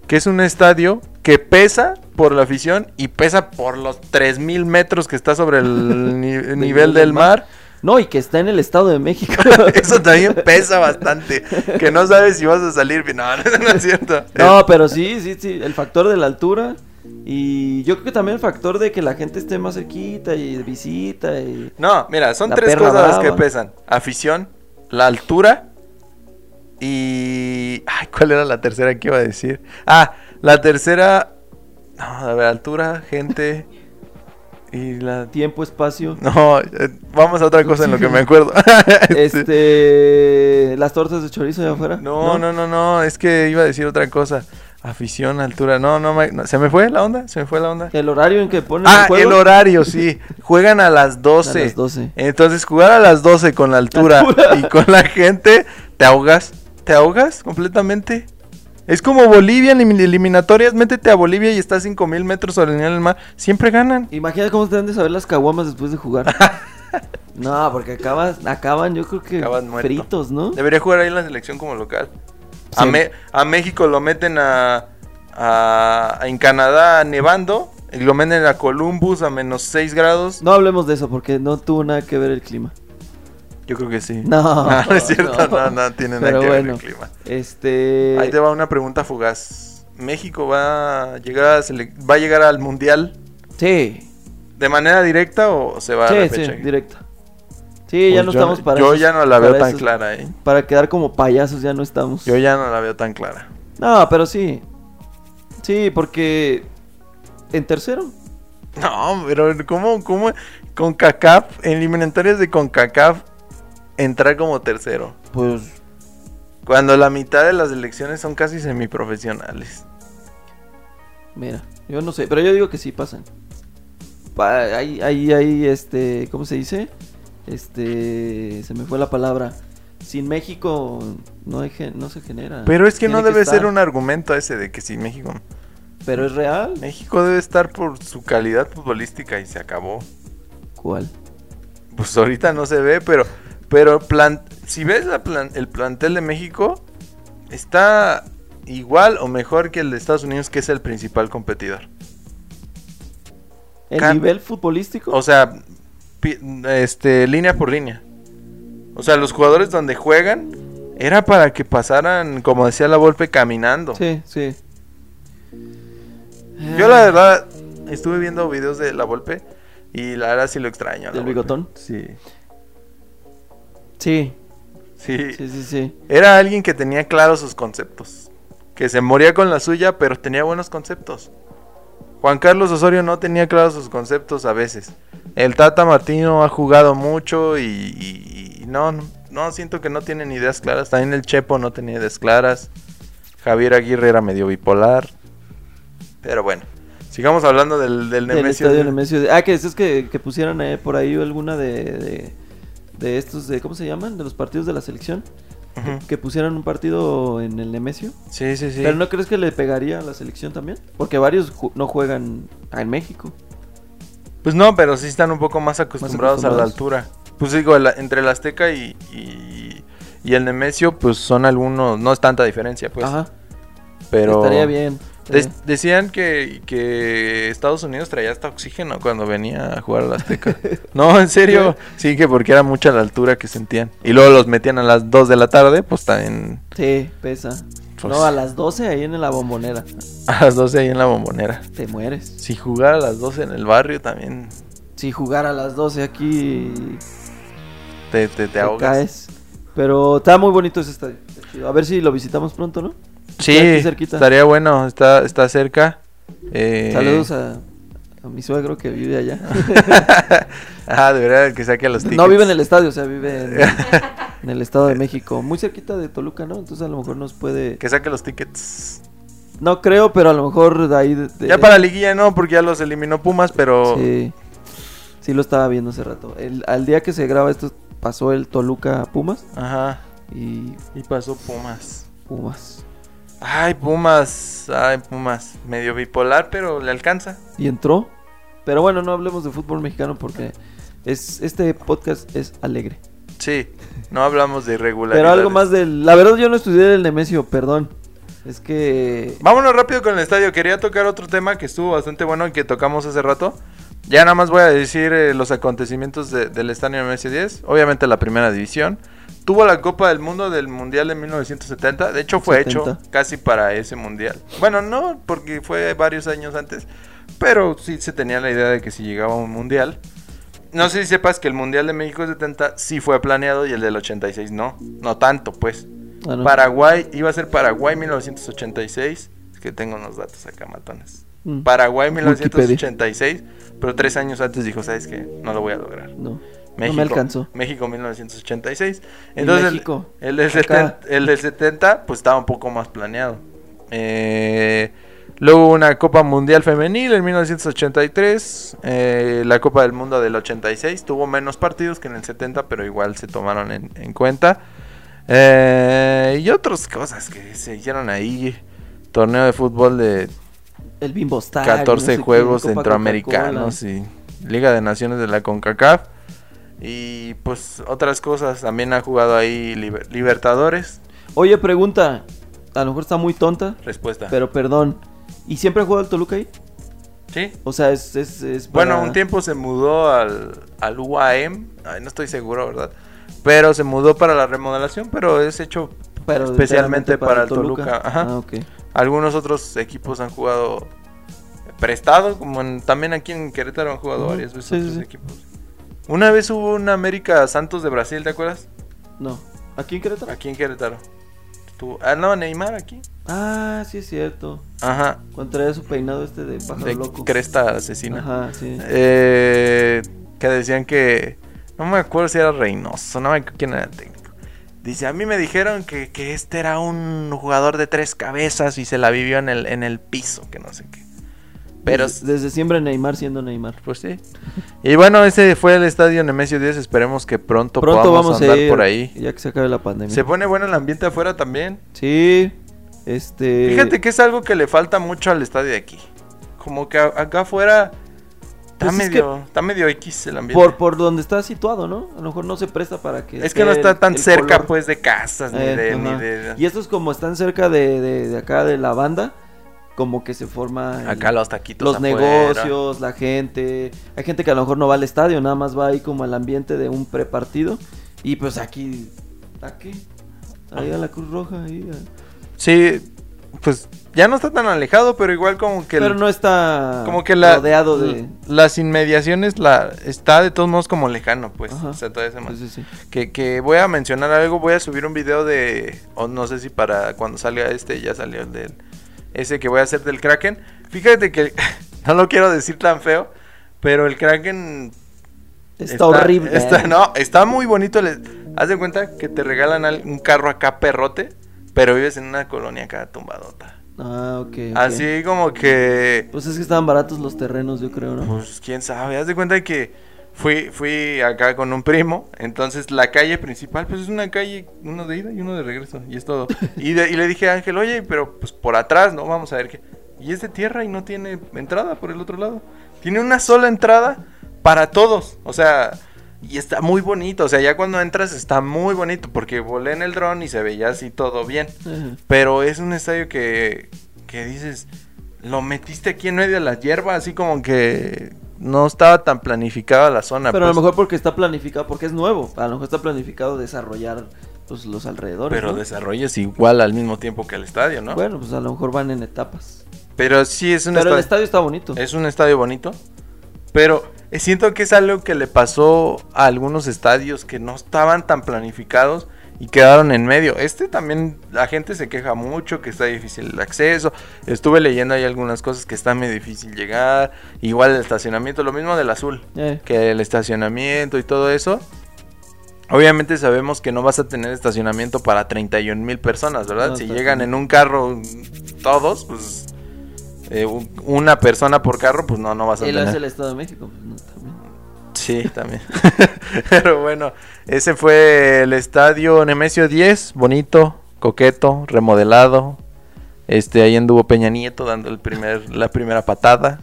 que es un estadio que pesa por la afición y pesa por los 3.000 metros que está sobre
(laughs)
el ni- nivel del mar.
No, y que está en el Estado
(laughs)
de México. (laughs)
Eso también pesa bastante. Que no sabes si vas a salir bien. No, no, no es cierto. Eh,
No, pero sí, sí, sí. El factor de la altura. Y yo creo que también el factor de que la gente esté más cerquita y de visita. Y...
No, mira, son
La
tres
perra
cosas las que
brava.
pesan. Afición, la altura y... Ay, ¿cuál era la tercera que iba a decir? Ah, la tercera... No, a ver, altura, gente y la...
Tiempo, espacio.
(laughs) No, eh, vamos a otra cosa en lo que me acuerdo. (laughs)
Este... Las tortas de chorizo allá afuera.
No, no, no, no, es que iba a decir otra cosa. Afición, altura. No, no, me- no, ¿se me fue la onda? ¿Se me fue la onda?
El horario en que ponen
Ah,
el juego.
el horario, sí. Juegan a las 12.
A las 12.
Entonces, jugar a las 12 con la altura,
Altura.
y con la gente, te ahogas. Te ahogas completamente. Es como Bolivia en elim- eliminatorias. Métete a Bolivia y está a 5000 metros sobre el nivel del mar. Siempre ganan.
Imagínate cómo te han de saber las caguamas después de jugar.
(laughs)
no, porque acabas, acaban, yo creo que
Acaban muerto.
fritos, ¿no?
Debería jugar ahí en la selección como local. A,
Sí.
Me- a México lo meten a, a- En Canadá nevando. Y lo meten a Columbus a menos 6 grados.
No hablemos de eso porque no tuvo nada que ver el clima.
Yo creo que sí.
No,
(laughs) no, es cierto.
(laughs)
No, no, tiene nada
Pero
que
bueno,
ver el clima.
Este.
Ahí te va una pregunta fugaz. ¿México va a llegar, a sele- va a llegar al mundial
Sí,
de manera directa o se va a
sí, sí,
repechaje?
directa. Sí, ya
Pues
no
yo-
estamos para
Yo
esos-
ya no la veo
para
tan
esos-
clara, ¿eh?
Para quedar como payasos ya no estamos.
Yo ya no la veo tan clara. (laughs)
No, pero sí. Sí, porque. En tercero.
No, pero ¿cómo, cómo con CACAF, en eliminatorias de CONCACAF, entrar como tercero?
Pues.
Cuando la mitad de las elecciones son casi semiprofesionales.
Ah, Mira, yo no sé, pero yo digo que sí pasan. Pa- Hay, hay, hay, este, ¿cómo se dice? Este, se me fue la palabra. Sin México no, hay gen- no se genera.
Pero es que
Tiene
no debe ser
estar.
un argumento ese de que sí, México.
Pero es real.
México debe estar por su calidad futbolística y se acabó.
¿Cuál?
Pues ahorita no se ve, pero, pero plan- si ves la plan- el plantel de México, está igual o mejor que el de Estados Unidos, que es el principal competidor.
¿El
Can-
nivel futbolístico?
O sea, pi- este, línea por línea. O sea, los jugadores donde juegan era para que pasaran, como decía la Volpe, caminando.
sí, sí. Ah,
Yo la verdad estuve viendo videos de la Volpe y la verdad sí lo extraño. a la
¿Del
Volpe.
bigotón?
Sí.
Sí,
sí.
sí, sí, sí.
Era alguien que tenía claros sus conceptos. Que se moría con la suya, pero tenía buenos conceptos. Juan Carlos Osorio no tenía claros sus conceptos a veces. El Tata Martino ha jugado mucho y, y- y no, no, no, siento que no tienen ideas claras. También el Chepo no tenía ideas claras. Javier Aguirre era medio bipolar. Pero bueno, sigamos hablando del, del
Del
Nemesio.
estadio Nemesio. Ah, que es que, que pusieran eh, por ahí alguna de, de, de estos, de, ¿cómo se llaman? De los partidos de la selección.
Ujú.
Que pusieran un partido en el Nemesio.
Sí, sí, sí.
¿Pero no crees que le pegaría a la selección también? Porque varios ju- no juegan en México.
Pues no, pero sí están un poco más acostumbrados, a la altura. Pues digo, el- entre el Azteca y, y- y el Nemesio, pues son algunos, no es tanta diferencia, pues.
Ajá,
pero
estaría bien.
des-
estaría-
decían que, que Estados Unidos traía hasta oxígeno cuando venía a jugar al Azteca. no, en serio. Sí, que porque era mucha la altura que sentían. Y luego los metían a las 2 de la tarde, pues también
Sí, pesa.
Pues-
No, a las 12 ahí en la bombonera.
a las 12 ahí en la bombonera.
Te mueres.
Si jugar a las 12 en el barrio también
Si jugar a las 12 aquí,
te, te, te
te
ahogas.
caes. Pero está muy bonito ese estadio. está chido. A ver si lo visitamos pronto, ¿no?
Sí,
Está aquí cerquita.
estaría bueno, está, está cerca. Eh, (laughs)
Saludos a, a mi suegro que vive allá.
ah, de verdad, que saque a los tickets.
no vive en el estadio, o sea, vive
(laughs)
en, en el Estado de México. Muy cerquita de Toluca, ¿no? Entonces a lo mejor nos puede...
Que saque los tickets.
No creo, pero a lo mejor de ahí... de- de-
Ya para Liguilla no, porque ya los eliminó Pumas, pero...
Sí. Sí lo estaba viendo hace rato. El, al día que se graba esto pasó el Toluca Pumas
Ajá,
y
y pasó Pumas.
Pumas.
Ay, Pumas, ay, Pumas. Medio bipolar, pero le alcanza.
Y entró. Pero bueno, no hablemos de fútbol mexicano porque es este podcast es alegre.
Sí, no hablamos de irregularidades.
Pero algo más del... La verdad yo no estudié el Nemesio, perdón. Es que...
Vámonos rápido con el estadio. Quería tocar otro tema que estuvo bastante bueno y que tocamos hace rato. Ya nada más voy a decir eh, los acontecimientos de- del estadio MS10. Obviamente la primera división. Tuvo la Copa del Mundo del Mundial de 1970. De hecho fue
70.
hecho casi para ese Mundial. Bueno, no, porque fue varios años antes. Pero sí se tenía la idea de que si llegaba un Mundial. No sé si sepas que el Mundial de México 70 sí fue planeado y el del 86 no. No tanto, pues.
Ah, no.
Paraguay, iba a ser Paraguay 1986. Es que tengo unos datos acá, matones.
Mm.
Paraguay
Wikipedia.
1986, pero tres años antes dijo, ¿sabes qué? No lo voy a lograr.
No.
México,
me alcanzó.
México 1986.
Y
Entonces, el-
México,
el, del
acá.
70, el del 70, pues estaba un poco más planeado. Eh, luego una Copa Mundial Femenil en 1983. eh, la Copa del Mundo del 86. Tuvo menos partidos que en el 70, pero igual se tomaron en, en cuenta. Eh, y otras cosas que se hicieron ahí. Torneo de fútbol de
El Bimbo Star.
14 juegos centroamericanos
centroamericanos
y Liga de Naciones de la CONCACAF. Y pues otras cosas. También ha jugado ahí Liber- Libertadores.
Oye, pregunta. A lo mejor está muy tonta,
Respuesta.
pero perdón. ¿Y siempre ha jugado el Toluca ahí?
¿Sí?
O sea, es. es, es
Bueno,
para-
un tiempo se mudó al, al UAM. Ay, no estoy seguro, ¿verdad? Pero se mudó para la remodelación, pero es hecho.
pero
especialmente
enteramente
para el Toluca, ajá.
Ah, ok.
Algunos otros equipos han jugado prestado, como en- también aquí en Querétaro han jugado
Ujú,
varias veces
sí, sí,
otros
sí.
equipos. Una vez hubo un América Santos de Brasil, ¿te acuerdas?
No. ¿Aquí en Querétaro?
Aquí en Querétaro. Estuvo- Ah, no, Neymar aquí.
Ah, sí es cierto.
Ajá.
Cuando traía su peinado este de pájaro
De
loco.
cresta asesina.
Ajá, sí.
Eh, que decían que. No me acuerdo si era Reynoso, no me acuerdo quién era el técnico. Dice: A mí me dijeron que, que este era un jugador de tres cabezas y se la vivió en el, en el piso, que no sé qué. Pero.
Desde, desde siempre Neymar siendo Neymar.
Pues sí. Y bueno, ese fue el estadio Nemesio 10. Esperemos que pronto,
Pronto
podamos
vamos a
andar
ir.
por ahí.
Ya que se acabe la pandemia.
Se pone bueno el ambiente afuera también.
Sí. Este.
Fíjate que es algo que le falta mucho al estadio de aquí. Como que a- acá afuera está
Pues es
medio, está medio X el ambiente.
Por, por donde está situado, ¿no? A lo mejor no se presta para que.
es que no
esté
está
el-
tan
el
cerca
color.
pues de casas ni
Eh,
de,
ajá.
ni de-
Y estos, como están cerca de, de- de acá de la banda, como que se forma. el-
acá los taquitos
los
afuera.
negocios, la gente. Hay gente que a lo mejor no va al estadio, nada más va ahí como al ambiente de un prepartido. Y pues aquí. Aquí. Ahí a la Cruz Roja. Ahí a-
Sí, pues ya no está tan alejado, pero igual como que el-
Pero no está
como que la Mm.
rodeado de.
las inmediaciones la está de todos modos como lejano, pues.
Ajá.
O sea, todavía se man-
Sí, sí, sí.
que, que voy a mencionar algo, voy a subir un video de, o no sé si para cuando salga este ya salió el del, ese que voy a hacer del Kraken. Fíjate que, (laughs) no lo quiero decir tan feo, pero el Kraken...
Está, horrible.
Está, no, está muy bonito. le- haz de cuenta que te regalan al- un carro acá perrote, pero vives en una colonia acá tumbadota.
Ah, ok. ok.
Así como que...
Pues es que estaban baratos los terrenos, yo creo, ¿no?
Pues quién sabe, haz de cuenta que fui, fui acá con un primo, entonces la calle principal, pues es una calle, uno de ida y uno de regreso, y es todo. Y, de- y le dije a Ángel, oye, pero pues por atrás, ¿no? Vamos a ver qué. Y es de tierra y no tiene entrada por el otro lado. Tiene una sola entrada para todos, o sea, y está muy bonito, o sea, ya cuando entras está muy bonito, porque volé en el dron y se veía así todo bien.
Ajá.
Pero es un estadio que, que dices, lo metiste aquí en medio de la hierba, así como que no estaba tan planificada la zona.
Pero a lo
pues.
mejor porque está planificado, porque es nuevo. A lo mejor está planificado desarrollar pues, los alrededores.
Pero
¿no?
desarrollas igual al mismo tiempo que el estadio, ¿no?
Bueno, pues a lo mejor van en etapas.
pero sí es un
Pero el
estadio.
estadio está bonito.
Es un estadio bonito. Pero siento que es algo que le pasó a algunos estadios que no estaban tan planificados y quedaron en medio. Este también la gente se queja mucho que está difícil el acceso. Estuve leyendo ahí algunas cosas que está muy difícil llegar. Igual el estacionamiento, lo mismo del azul
Eh,
que el estacionamiento y todo eso. Obviamente sabemos que no vas a tener estacionamiento para 31 mil personas, ¿verdad?
No,
si
está
llegan
bien.
en un carro todos, pues eh, un- una persona por carro, pues no, no vas a
él
tener.
hace el Estado de México. pues, no, también.
Sí, también. (laughs) Pero bueno, ese fue el estadio Nemesio 10, bonito, coqueto, remodelado. Este, ahí anduvo Peña Nieto dando el primer, la primera patada.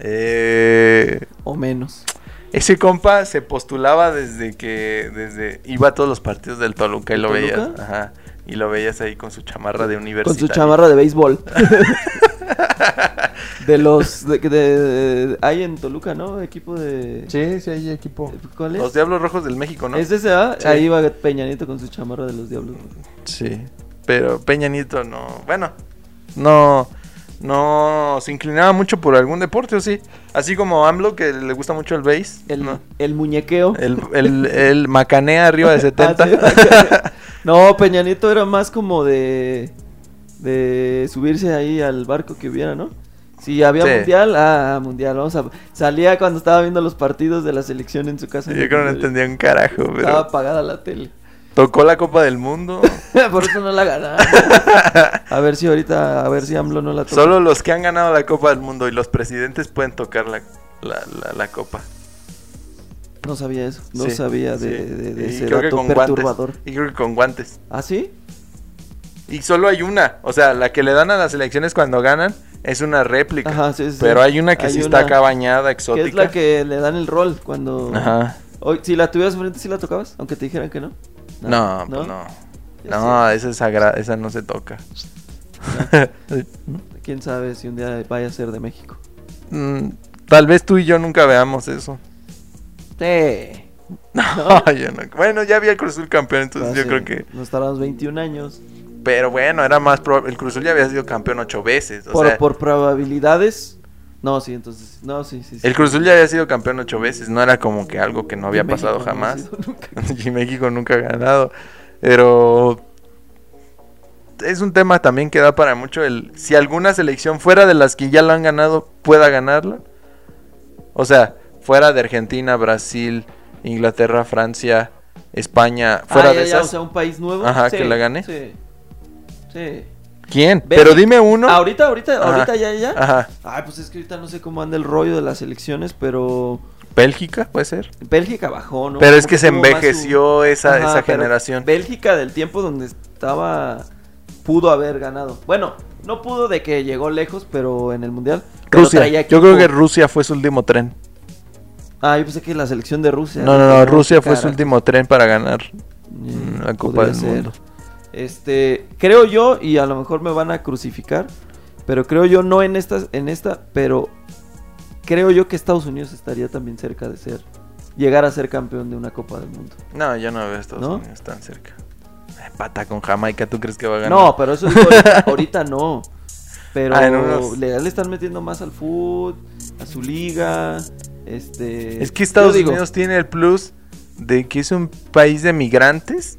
Eh,
O menos.
ese compa se postulaba desde que desde iba a todos los partidos del Toluca y lo
¿Toluca?
veías, ajá, y lo veías ahí con su chamarra de
Con
universidad.
su chamarra
(laughs)
de béisbol. de los. De, de- de- hay en Toluca, ¿no? Equipo de.
Sí, sí, hay equipo.
¿Cuál es?
Los Diablos Rojos del México, ¿no?
¿Es ese, ah?
Sí.
Ahí va Peñanito con su chamarra de los diablos.
Sí. Pero Peña Nieto no, bueno, no no se inclinaba mucho por algún deporte o sí, así como AMLO que le gusta mucho el base,
El, (laughs)
¿no?
el muñequeo.
el, el- el macanea
(laughs)
arriba de 70.
Ah, sí. no, Peñanito era más como de de subirse ahí al barco que hubiera, ¿no? Si había
Sí.
mundial, ah, mundial, vamos a salía cuando estaba viendo los partidos de la selección en su
(laughs)
casa.
Yo creo que no entendía un carajo,
Estaba
pero
apagada la tele. (laughs)
tocó la Copa del Mundo.
Por eso no la
(laughs)
ganaba. A ver si ahorita, a ver si AMLO no la toca.
Solo los que han ganado la Copa del Mundo y los presidentes pueden tocar la, la, la- la copa.
No sabía eso. No
Sí,
sabía de,
sí.
de- de
Y
ese
creo que
dato
con
perturbador.
Guantes, y creo que con guantes.
¿Ah, sí?
Y solo hay una. O sea, la que le dan a las elecciones cuando ganan es una réplica.
Ajá, sí, sí,
Pero hay una que
hay
sí
una-
está acá bañada,
Que
exótica.
es la que le dan el rol cuando...
Ajá.
Hoy, si la tuvieras frente, ¿sí la tocabas? Aunque te dijeran que no.
No, pues no.
Ya
No, esa, es sagra- esa no se toca. (laughs)
Quién sabe si un día vaya a ser de México.
Mm, Tal vez tú y yo nunca veamos eso. (laughs)
Sí.
No, yo no- Bueno, ya había el Cruz Azul campeón,
Ah,
entonces yo creo que.
Nos tardamos 21 años.
Pero bueno, era más probable. El Cruz Azul ya había sido campeón ocho veces. O
por,
sea,
por probabilidades. No, sí, entonces. No, sí, sí. sí.
el Cruz Azul ya había sido campeón ocho veces. No era como que algo que no había
México
pasado
no ha
jamás. (laughs)
sido nunca.
y México nunca ha ganado. Pero es un tema también que da para mucho el si alguna selección fuera de las que ya la han ganado pueda ganarla. O sea, fuera de Argentina, Brasil, Inglaterra, Francia, España, fuera
Ah,
de
ya, ya,
esas.
o sea, un país nuevo.
Ajá,
Sí,
que la gane.
Sí. Sí.
¿Quién?
Ve-
Pero dime uno.
Ahorita, ahorita,
Ajá.
ahorita, ya, ya.
Ajá.
Ay, pues es que ahorita no sé cómo anda el rollo de las elecciones, pero.
Bélgica, puede ser.
Bélgica bajó, ¿no?
Pero es
Como
que se
tuvo más su-
envejeció esa- esa
pero
generación.
Bélgica del tiempo donde estaba. Pudo haber ganado. Bueno, no pudo de que llegó lejos, pero en el mundial. pero
Rusia.
traía
Yo creo
equipo.
que Rusia fue su último tren.
Ah, yo pensé que la selección de Rusia.
No, no, no. Rusia fue su
Cara.
último tren para ganar
Eh,
mm, la Copa
podría
del
ser.
Mundo.
Este, creo yo, y a lo mejor me van a crucificar, pero creo yo no en esta, en esta, pero creo yo que Estados Unidos estaría también cerca de ser, llegar a ser campeón de una Copa del Mundo.
No, yo no veo a Estados
¿No?
Unidos tan cerca. Ay, Pata con Jamaica, ¿tú crees que va a ganar?
No, pues, pero eso digo,
(laughs)
ahorita, ahorita no. Pero
Ah, en unos-
le, le están metiendo más al fútbol, a su liga, este...
es que
yo
Estados
digo,
Unidos tiene el plus de que es un país de migrantes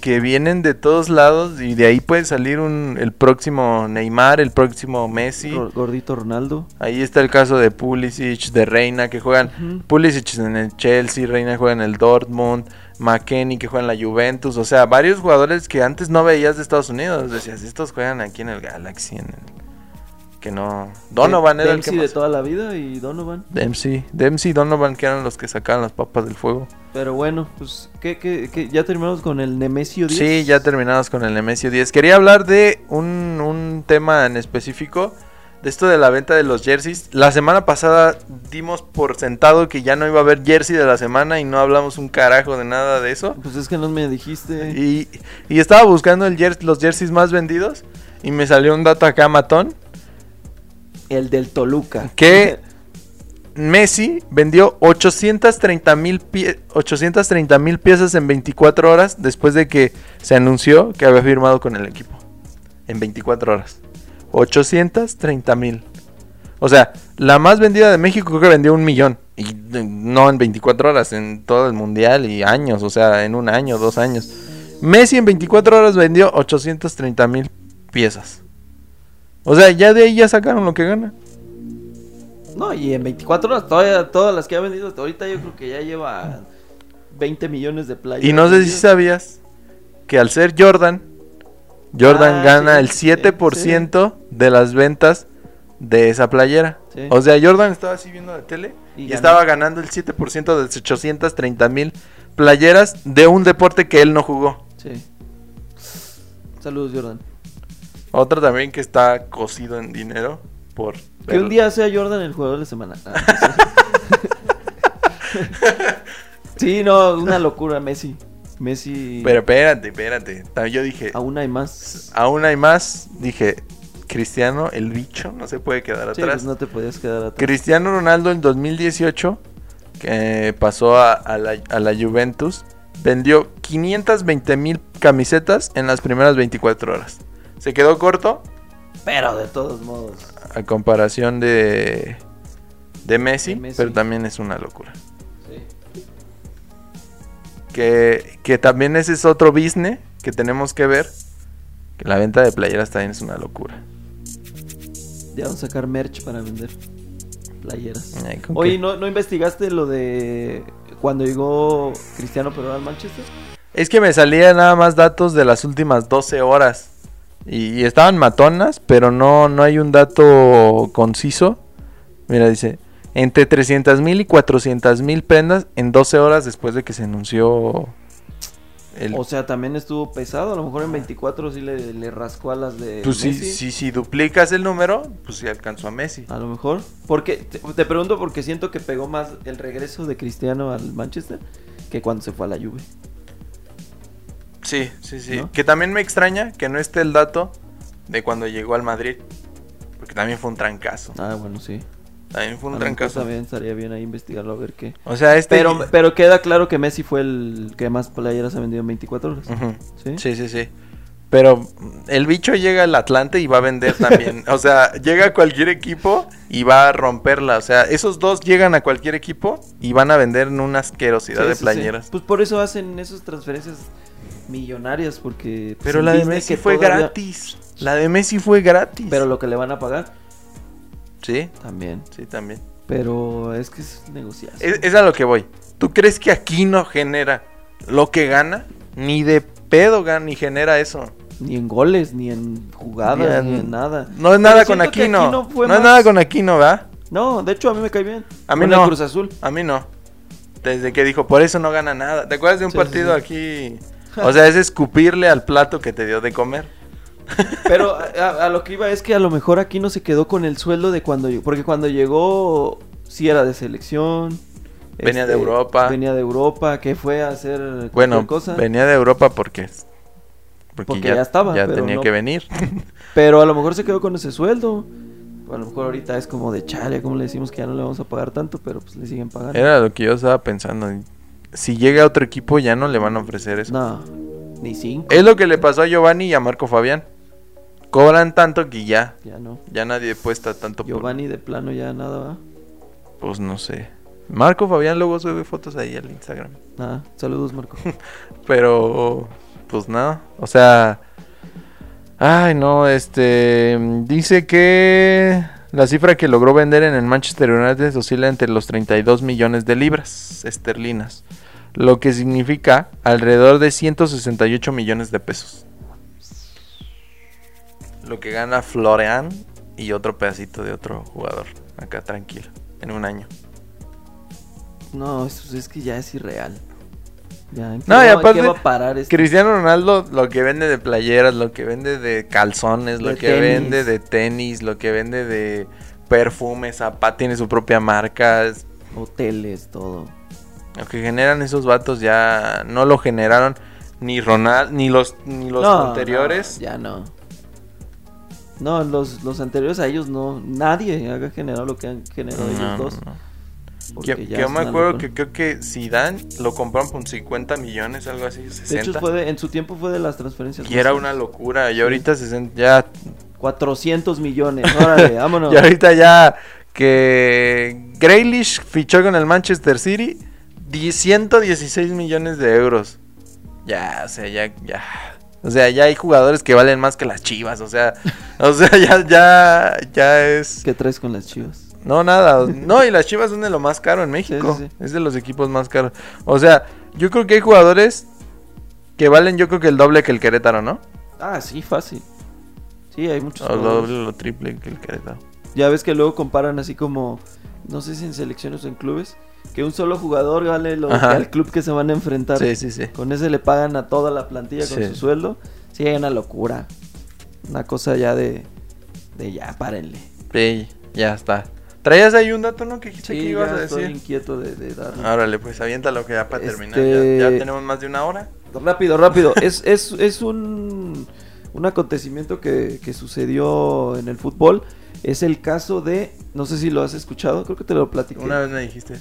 que vienen de todos lados y de ahí puede salir un, el próximo Neymar, el próximo Messi.
Ro- Gordito Ronaldo.
Ahí está el caso de Pulisic, de Reina, que juegan.
Ujú.
Pulisic en el Chelsea, Reina juega en el Dortmund, McKennie que juega en la Juventus. O sea, varios jugadores que antes no veías de Estados Unidos. Decías, estos juegan aquí en el Galaxy. en el- Que no. Donovan
De-
era el
Dempsey
que
de
más.
toda la vida y Donovan.
Dempsey, Dempsey y Donovan que eran los que sacaban las papas del fuego.
Pero bueno, pues ¿qué, qué, qué? ya terminamos con el Nemesio 10.
Sí, ya terminados con el Nemesio 10. Quería hablar de un, un tema en específico, de esto de la venta de los jerseys. La semana pasada dimos por sentado que ya no iba a haber jersey de la semana y no hablamos un carajo de nada de eso.
Pues es que no me dijiste.
Y, y estaba buscando el jer- los jerseys más vendidos y me salió un dato acá matón
El del Toluca.
que Messi vendió 830 mil pie- 830 mil piezas en 24 horas después de que se anunció que había firmado con el equipo. En 24 horas. 830 mil. O sea, la más vendida de México creo que vendió un millón. Y eh, no en 24 horas, en todo el mundial y años. O sea, en un año, dos años. Messi en 24 horas vendió 830 mil piezas. O sea, ya de ahí ya sacaron lo que gana.
(laughs) No, y en 24 horas todavía, todas las que ha vendido hasta ahorita yo creo que ya lleva 20 millones de playas.
Y no sé si sabías que al ser Jordan, Jordan
Ah,
gana
sí,
el
sí,
7% de las ventas de esa playera.
Sí.
O sea, Jordan estaba así viendo la tele
Y
y,
ganó.
estaba ganando el 7% de las 830 mil playeras de un deporte que él no jugó.
Sí. Saludos, Jordan.
Otro también que está cocido en dinero por...
Que un día sea Jordan el jugador de semana. Ah, sí. (laughs) sí, no, una locura, Messi. Messi.
Pero espérate, espérate. Ta- Yo dije,
Aún hay más.
aún hay más. Dije, Cristiano, el bicho, no se puede quedar
Sí,
atrás.
pues no te podías quedar atrás.
Cristiano Ronaldo en 2018, que pasó a, a la, a la Juventus, vendió 520 mil camisetas en las primeras 24 horas. Se quedó corto
Pero de todos modos.
a comparación de, de, Messi,
De Messi.
pero también es una locura.
Sí.
Que, que también ese es otro business que tenemos que ver. Que la venta de playeras también es una locura.
Ya van a sacar merch para vender playeras.
Ay, ¿con
Oye,
qué?
¿no, ¿no investigaste lo de cuando llegó Cristiano Perón al Manchester?
Es que me salían nada más datos de las últimas 12 horas. Y, y estaban matonas, pero no, no hay un dato conciso. Mira, dice, entre 300.000 y 400.000 prendas en 12 horas después de que se anunció El-
O sea, también estuvo pesado. A lo mejor en 24 sí le, le rascó a las de.
pues si,
Messi.
si, si duplicas el número, pues sí alcanzó a Messi.
A lo mejor. Porque te, te pregunto porque siento que pegó más el regreso de Cristiano al Manchester que cuando se fue a la Juve.
Sí, sí, sí.
¿No?
Que también me extraña que no esté el dato de cuando llegó al Madrid. Porque también fue un trancazo.
Ah, bueno, sí.
También fue
A
un
lo mejor
trancazo.
También estaría bien ahí investigarlo a ver qué.
O sea, este.
Pero, pero queda claro que Messi fue el que más playeras ha vendido en 24 horas.
Ujú.
¿Sí?
Sí, sí, sí. Pero mm, el bicho llega al Atlante y va a vender
(laughs)
también. o sea, llega a cualquier equipo y va a romperla. O sea, esos dos llegan a cualquier equipo y van a vender en una asquerosidad
Sí,
de
sí, sí.
playeras.
Pues por eso hacen esas transferencias millonarias porque... pues,
Pero
en
la de
Disney
Messi
que
fue
todavía-
gratis. La de Messi fue gratis.
Pero lo que le van a pagar
Sí,
también.
sí, también.
Pero es que es negociar.
Es, es a lo que voy. ¿Tú crees que aquí no genera lo que gana? Ni de pedo gana ni genera eso.
Ni en goles, ni en jugadas,
Bien.
ni en nada.
No es
Pero
nada con
siento que
Aquino. No,
fue
es
más-
nada con Aquino, ¿verdad?
No, de hecho a mí me cae bien.
A mí
Con el
no.
Cruz Azul.
A mí no. Desde que dijo, por eso no gana nada. ¿Te acuerdas de un
Sí, sí,
partido
(laughs)
aquí? O sea, es escupirle al plato que te dio de comer.
Pero a, a- a lo que iba es que a lo mejor aquí no se quedó con el sueldo de cuando llegó. Porque cuando llegó, sí era de selección. Este,
Venía de Europa.
Venía de Europa, que fue a hacer cualquier
Bueno,
cosa.
venía de Europa porque, porque,
Porque ya estaba,
Ya
pero
tenía
no-
que
(laughs)
venir.
Pero a lo mejor se quedó con ese sueldo. A lo mejor ahorita es como de chale, como le decimos que ya no le vamos a pagar tanto, pero pues le siguen pagando.
Era lo que yo estaba pensando. Si llega otro equipo, ya no le van a ofrecer eso.
No, ni cinco.
Es lo que le pasó a Giovanni y a Marco Fabián. Cobran tanto que ya.
Ya no.
Ya nadie puesta tanto por-
Giovanni de plano ya nada, ¿va?
Pues no sé. Marco Fabián luego sube fotos ahí al Instagram.
Nada.
(laughs)
Saludos, Marco.
Pero, pues nada. O sea. Ay, no, este. Dice que la cifra que logró vender en el Manchester United oscila entre los 32 millones de libras esterlinas. Lo que significa alrededor de 168 millones de pesos. Lo que gana Florean y otro pedacito de otro jugador. Acá tranquilo. En un año.
No, eso es que ya es irreal. Ya, ¿en qué
No,
va-
y
en qué
aparte,
va a parar este esto?
Cristiano Ronaldo, lo que vende de playeras, lo que vende de calzones, lo
De
que
tenis.
vende de tenis, lo que vende de perfumes, zapatos, tiene su propia marca. es-
Hoteles, todo.
Lo que generan esos vatos ya no lo generaron ni Ronaldo, ni los, ni los
No,
anteriores.
no, ya no. No, los, los anteriores a ellos no. Nadie ha generado lo que han generado
No,
ellos
no,
dos.
no.
porque
Que, que
ya
yo
es
me
una
acuerdo
locura.
que creo que Zidane lo compraron por 50 millones, algo así,
De hecho,
60.
fue de- en su tiempo fue de las transferencias.
y era
más-
una locura. Y ahorita 60, ya
400 millones.
(laughs)
Órale, vámonos.
Y ahorita ya que Grealish fichó con el Manchester City, die- 116 millones de euros. Ya, o sea, ya, ya. O sea, ya hay jugadores que valen más que las chivas, o sea, (laughs) o sea, ya, ya, ya es...
¿Qué traes con las chivas?
No, nada, no, y las chivas son de lo más caro en México,
Sí, sí,
es de los equipos más caros. O sea, yo creo que hay jugadores que valen yo creo que el doble que el Querétaro, ¿no?
Ah, sí, fácil. Sí, hay muchos.
O lo
jugadores.
doble o lo triple que el Querétaro.
Ya ves que luego comparan así como, no sé si en selecciones o en clubes, que un solo jugador vale lo que
Ajá.
al club que se van a enfrentar.
Sí, sí, sí.
Con ese le pagan a toda la plantilla con
Sí.
su sueldo. Sí, hay una locura. Una cosa ya de, de ya, párenle.
Sí, ya está. Traías ahí un dato, ¿no? Que dijiste que
Sí,
ibas
ya
a
estoy
decir.
inquieto de, de dar.
Órale, pues aviéntalo que ya para terminar.
Este-
Ya, ya tenemos más de una hora.
Rápido, rápido. es, es, es un, un acontecimiento que, que sucedió en el fútbol. Es el caso de, no sé si lo has escuchado, creo que te lo platiqué.
Una vez me dijiste.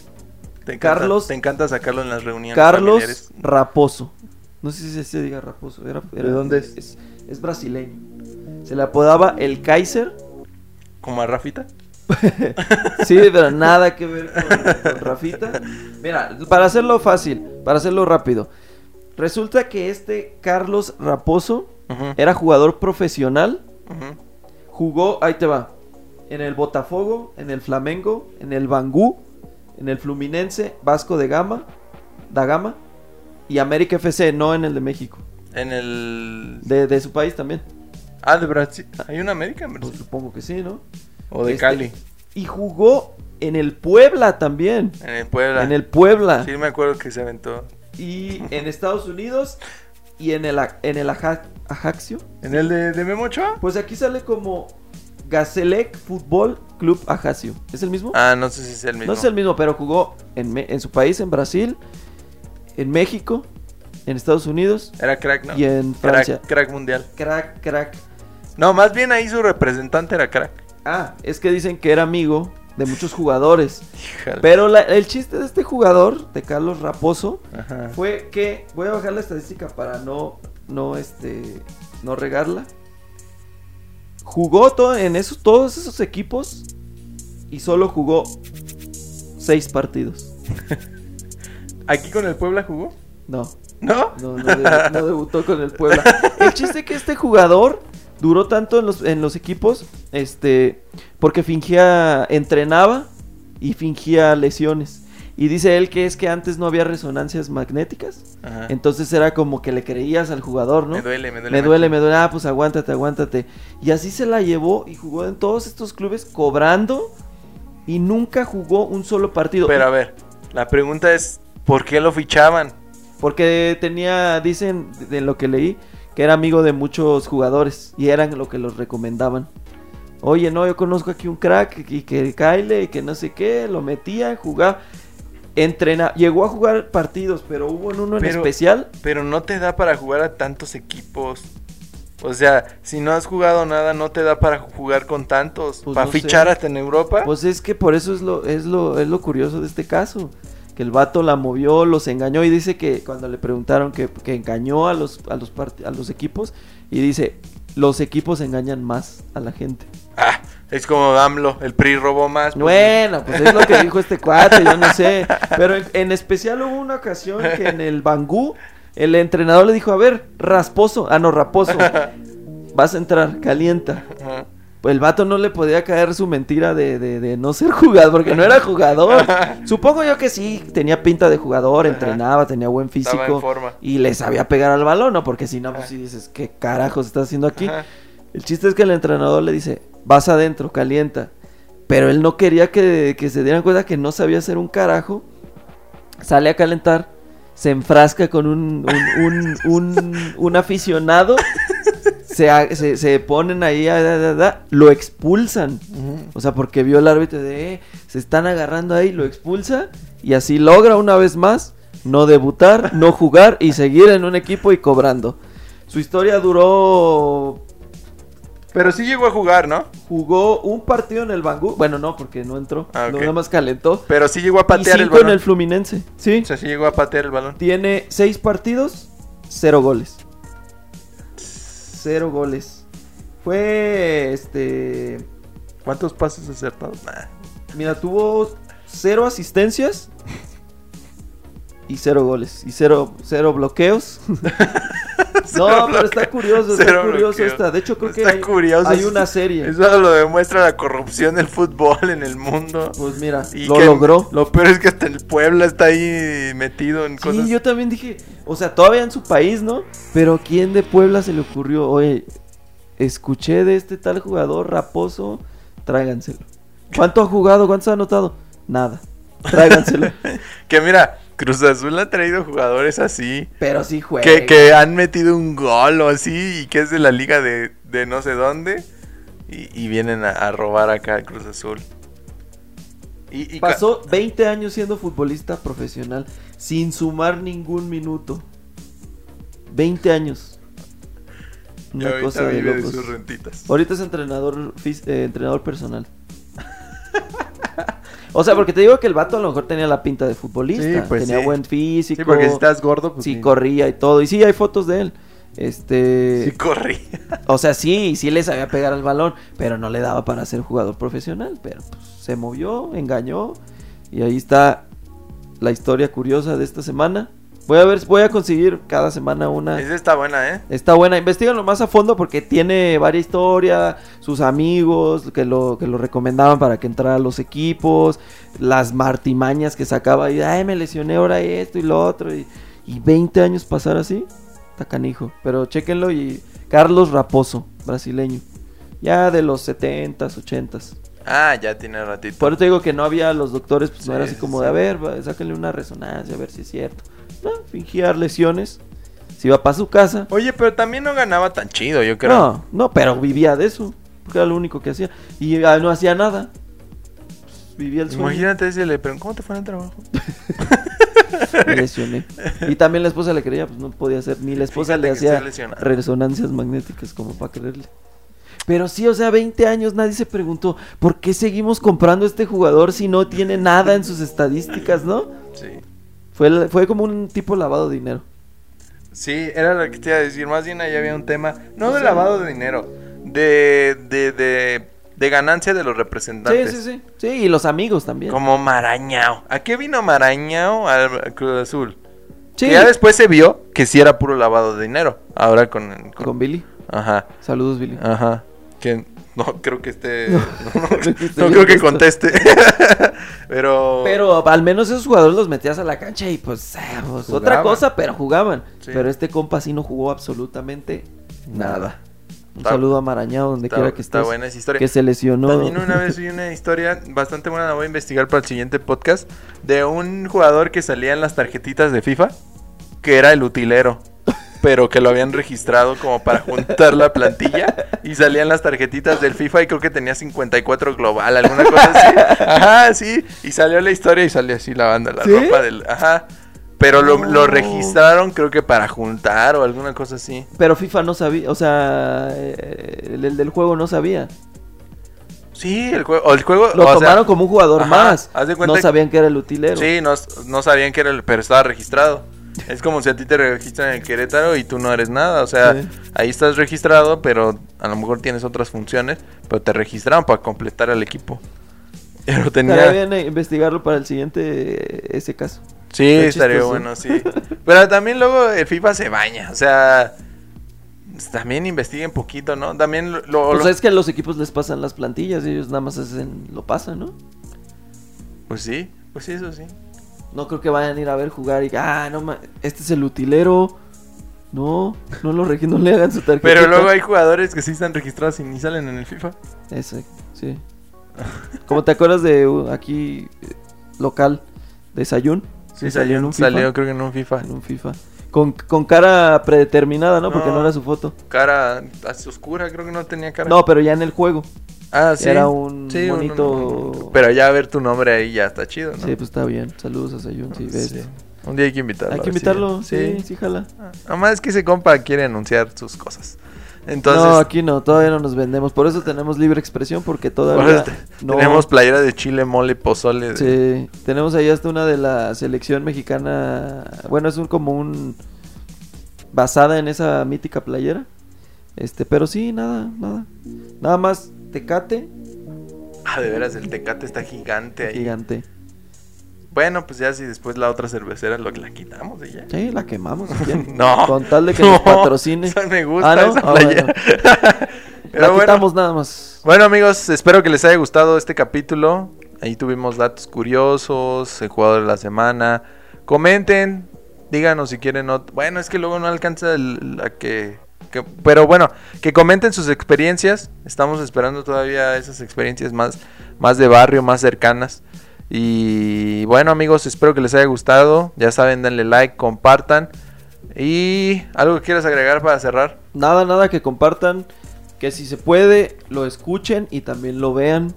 Te encanta,
Carlos-
Te encanta sacarlo en las reuniones.
Carlos
familiares.
Raposo. No sé si se diga Raposo. era- era-
¿De dónde es?
es? es brasileño. Se le apodaba el Kaiser.
Como a Rafita.
Sí, pero nada que ver con, con Rafita. Mira, para hacerlo fácil, para hacerlo rápido. Resulta que este Carlos Raposo
Ujú,
era jugador profesional.
ujú.
Jugó, ahí te va, en el Botafogo, en el Flamengo, en el Bangú, en el Fluminense, Vasco de Gama, da Gama y América FC, no en el de México.
En el.
De, de su país también.
Ah, de Brasil. ¿Hay una América en
Pues
Brasil?
supongo que sí, ¿no?
O de
este-
Cali.
Y jugó en el Puebla también.
En el Puebla.
En el Puebla.
Sí, me acuerdo que se aventó.
Y en Estados Unidos, Y en el, a- en el Aja- Ajaxio,
¿En el de, de Memo Ochoa?
pues aquí sale como Gazelec Fútbol Club Ajaxio. ¿Es el mismo?
Ah, no sé si es el mismo.
No es el mismo, pero jugó en, Me- en su país, en Brasil, en México, en Estados Unidos
Era crack, ¿no?
y en Francia.
Crack, crack mundial.
Crack, crack.
No, más bien ahí su representante era crack.
Ah, es que dicen que era amigo de muchos jugadores.
Híjole.
Pero la- el chiste de este jugador, de Carlos Raposo,
Ajá.
fue que. Voy a bajar la estadística para no. No, este. No regarla. Jugó todo, en esos, todos esos equipos. Y solo jugó. Seis partidos.
¿Aquí con el Puebla jugó?
No.
¿No?
No, no, debu- no debutó con el Puebla. El chiste es que este jugador duró tanto en los, en los equipos, este, porque fingía, entrenaba y fingía lesiones. Y dice él que es que antes no había resonancias magnéticas,
Ajá.
entonces era como que le creías al jugador, ¿no?
Ah. Me duele, me duele.
Me duele, me duele. Ah, pues aguántate, aguántate. Y así se la llevó y jugó en todos estos clubes cobrando y nunca jugó un solo partido.
Pero a ver, la pregunta es, ¿por qué lo fichaban?
Porque tenía, dicen de lo que leí, que era amigo de muchos jugadores y eran lo que los recomendaban. Oye, no, yo conozco aquí un crack y que Kyle, y que no sé qué, lo metía, jugaba, entrenaba, llegó a jugar partidos, pero hubo en uno en
Pero-
especial.
Pero no te da para jugar a tantos equipos. O sea, si no has jugado nada, no te da para jugar con tantos.
Pues
para
no sé.
fichar hasta en Europa.
Pues es que por eso es lo, es lo, es lo curioso de este caso. Que el vato la movió, los engañó y dice que cuando le preguntaron que, que engañó a los, a, los part- a los equipos y dice, los equipos engañan más a la gente.
Ah, es como AMLO, el PRI robó más. pues,
Bueno, pues es lo que dijo este cuate, yo
(laughs)
no sé. Pero en, en especial hubo una ocasión que en el Bangú, el entrenador le dijo, a ver, rasposo, ah, no, raposo, vas a entrar, calienta.
ajá.
Pues el vato no le podía caer su mentira de, de- de no ser jugador, porque no era jugador. Supongo yo que sí, tenía pinta de jugador,
Ajá.
entrenaba, tenía buen
Estaba en
físico.
forma.
Y le sabía pegar al balón, ¿no? Porque si no, pues
Ajá.
si dices, ¿qué carajos estás haciendo aquí?
Ajá.
El chiste es que el entrenador le dice, vas adentro, calienta. Pero él no quería que, que se dieran cuenta que no sabía hacer un carajo. Sale a calentar, se enfrasca con un, un, un- un- un aficionado. Se, a- se- se ponen ahí, a- a- a- a- lo expulsan. O sea, porque vio el árbitro de, "Eh, se están agarrando ahí, lo expulsa. Y así logra una vez más no debutar, no jugar y seguir en un equipo y cobrando. Su historia duró
Pero sí llegó a jugar, ¿no?
jugó un partido en el Bangú. Bueno, no, porque no entró.
Ah, ok.
no, Nada más calentó.
Pero sí llegó a
y
patear el
cinco en
balón.
el Fluminense. Sí.
O sea, sí llegó a patear el balón.
Tiene seis partidos, cero goles. Cero goles. Fue este.
¿Cuántos pases acertados? Nah.
Mira, tuvo cero asistencias y cero goles. Y cero, cero
(laughs)
bloqueos. (laughs) no,
Cero
pero
bloqueo.
está curioso, está
Cero
curioso
bloqueo.
esta. De hecho, creo que
Está
hay,
curioso.
hay una serie.
Eso lo demuestra la corrupción del fútbol en el mundo.
Pues mira,
Y
lo
que
logró.
Lo peor es que hasta el Puebla está ahí metido en
Sí,
cosas.
yo también dije, o sea, todavía en su país, ¿no? Pero ¿quién de Puebla se le ocurrió? Oye, escuché de este tal jugador raposo, tráiganselo. ¿Cuánto ha jugado? ¿Cuánto ha anotado? Nada,
(laughs)
tráiganselo.
Que mira, Cruz Azul ha traído jugadores así.
Pero sí juega.
Que, que han metido un gol o así y que es de la liga de, de no sé dónde. Y, y vienen a, a robar acá a Cruz Azul. Y, y ca-
Pasó 20 años siendo futbolista profesional sin sumar ningún minuto. 20 años.
y
Una
ahorita
cosa de
vive de
locos.
sus rentitas.
Ahorita es entrenador, fis- eh, entrenador personal. (laughs) o sea, porque te digo que el vato a lo mejor tenía la pinta de futbolista.
Sí, pues
tenía
sí.
buen físico.
Sí, porque si estás gordo, pues.
sí
ni-
corría y todo. Y sí, hay fotos de él.
Y
Este.
corrí.
O sea, sí, sí le sabía pegar al balón. Pero no le daba para ser jugador profesional. Pero pues, se movió, engañó. Y ahí está la historia curiosa de esta semana. Voy a ver, voy a conseguir cada semana una.
Esa está buena, ¿eh?
Está buena, investiganlo más a fondo porque tiene varias historias, sus amigos que lo, que lo recomendaban para que entrara a los equipos, las martimañas que sacaba y, ay, me lesioné ahora esto y lo otro, y, y 20 años pasar así, está canijo. Pero chéquenlo y Carlos Raposo, brasileño, ya de los 70s, 80s.
Ah, ya tiene ratito.
Por eso te digo que no había los doctores, pues no
Sí,
era así
sí,
como
sí.
de, a ver, va, sáquenle una resonancia, a ver si es cierto. No, fingía lesiones Se iba para su casa.
Oye, pero también no ganaba tan chido, yo creo.
No, no, pero vivía de eso. Porque era lo único que hacía. Y ah, no hacía nada. Pues, vivía el sueño.
Imagínate decirle, pero ¿cómo te fue en el trabajo?
Me lesioné. Y también la esposa le creía, pues no podía hacer. Ni la esposa
Fíjate
le
que
hacía
estoy lesionado.
resonancias magnéticas como para creerle. Pero sí, o sea, 20 años nadie se preguntó, ¿por qué seguimos comprando a este jugador si no tiene nada en sus estadísticas, no?
Sí.
Fue, la- fue como un tipo lavado de dinero.
Sí, era lo que te iba a decir. Más bien ahí había un tema, no de lavado de dinero, de, de, de, de ganancia de los
Sí,
representantes.
sí, sí. Sí, y los amigos también.
Como Marañao. ¿A qué vino Marañao al Cruz Azul?
Sí,
Que ya después se vio que sí era puro lavado de dinero. Ahora con. con-
con Billy.
Ajá,
Saludos, Billy.
ajá. Que no creo que esté.
No,
(laughs) No,
(laughs) creo que esté
no
bien
creo que
esto.
conteste. (laughs) Pero.
Pero al menos esos jugadores los metías a la cancha y pues, eh, pues,
Jugaban.
otra cosa, pero jugaban.
Sí.
Pero este compa sí no jugó absolutamente nada. Un
Está-
saludo a Marañao, donde
Está-
quiera que
está
estés.
buena esa historia.
Que se lesionó.
También una vez vi una historia bastante buena, la voy a investigar para el siguiente podcast, de un jugador que salía en las tarjetitas de FIFA, que era el utilero, pero que lo habían registrado como para juntar la plantilla y salían las tarjetitas del FIFA y creo que tenía 54 global, alguna cosa así. Ajá, sí, y salió la historia y salió así lavando la
¿Sí?
ropa del... Ajá. Pero lo, lo
No.
registraron creo que para juntar o alguna cosa así.
(laughs) Pero FIFA no sabía, o sea, eh, el, el del juego no sabía.
Sí, el juego... o el juego
Lo
o sea,
tomaron como un jugador
ajá,
más.
haz de cuenta
No
que-
sabían que era el utilero.
Sí, no, no sabían que era el, pero estaba registrado. Es como si a ti te registran en el Querétaro y tú no eres nada. O sea,
Sí.
ahí estás registrado, pero a lo mejor tienes otras funciones, pero te registraron para completar al equipo. (laughs) Pero
Estaría
tenía.
bien eh, investigarlo para el siguiente eh, ese caso.
Sí,
Está
estaría
chistoso.
bueno, sí. Pero también luego el FIFA se baña. O sea, también investiguen poquito, ¿no? También lo. lo-
Pues
lo-
es que a los equipos les pasan las plantillas y ellos nada más hacen lo pasan, ¿no?
pues sí, pues sí, eso sí.
No creo que vayan a ir a ver jugar y ah, no ma- este es el utilero. No, no lo regi- no le hagan su tarjeta.
Pero luego hay jugadores que sí están registrados y ni salen en el FIFA.
Ese, sí. Como te acuerdas de uh, aquí eh, local de Sayun,
Sí, salió,
en un FIFA.
salió creo que en un FIFA.
En un FIFA. Con, con cara predeterminada, ¿no? Porque
No.
no era su foto.
cara así oscura, creo que no tenía cara.
No, pero ya en el juego.
ah, sí.
era un
Sí,
monito-
Pero ya ver tu nombre ahí ya está chido, ¿no?
Sí, pues está bien. Saludos a Sayun, sí, ves.
Sí. Un día hay que invitarlo.
Hay
a
que
ver si
invitarlo,
viene.
sí, sí, jala.
Además es que ese compa quiere anunciar sus cosas. Entonces,
no, aquí no, todavía no nos vendemos. Por eso tenemos libre expresión, porque
por
todavía
eso te-
no-
tenemos playera de chile, mole, pozole. de-
Sí, tenemos ahí hasta una de la selección mexicana. Bueno, es un como un basada en esa mítica playera. Este, pero sí, nada, nada. Nada más Tecate
Ah, de veras, el tecate está gigante ahí.
gigante.
Bueno, pues ya si después la otra cervecera lo, la quitamos y ya.
Sí, la quemamos. si
(laughs)
quieren.
No.
Con
(laughs)
tal de que
no,
nos patrocine.
esa me gusta
Ah, ¿no?
esa
Ah, bueno.
playera. (laughs) Pero
la
bueno.
quitamos nada más.
Bueno amigos, espero que les haya gustado este capítulo. Ahí tuvimos datos curiosos, el jugador de la semana. Comenten, díganos si quieren ot- Bueno, es que luego no alcanza el- la que, que- Pero bueno, que comenten sus experiencias. Estamos esperando todavía esas experiencias más, más de barrio, más cercanas. Y bueno amigos, espero que les haya gustado. Ya saben, denle like, compartan. Y algo que quieras agregar para cerrar.
Nada, nada que compartan. Que si se puede, lo escuchen y también lo vean.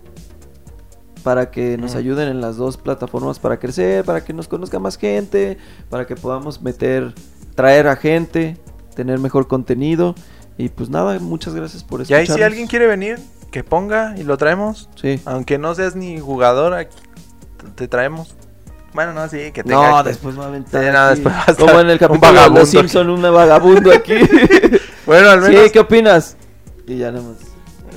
Para que nos
Mm.
ayuden en las dos plataformas para crecer, para que nos conozca más gente, para que podamos meter, traer a gente, tener mejor contenido. Y pues nada, muchas gracias por
Y ahí
escucharnos.
si alguien quiere Ah, venir, que ponga y lo traemos.
Sí.
Aunque no seas ni jugador, aquí te traemos. Bueno, no, sí, que tenga.
No,
que-
después va a aventar.
Sí, no,
aquí.
después va a
Como
estar
en el
un
capítulo de
vagabundo
Los Simpson, un vagabundo aquí.
(laughs) Bueno, al menos.
sí, ¿qué opinas? Y ya nada más.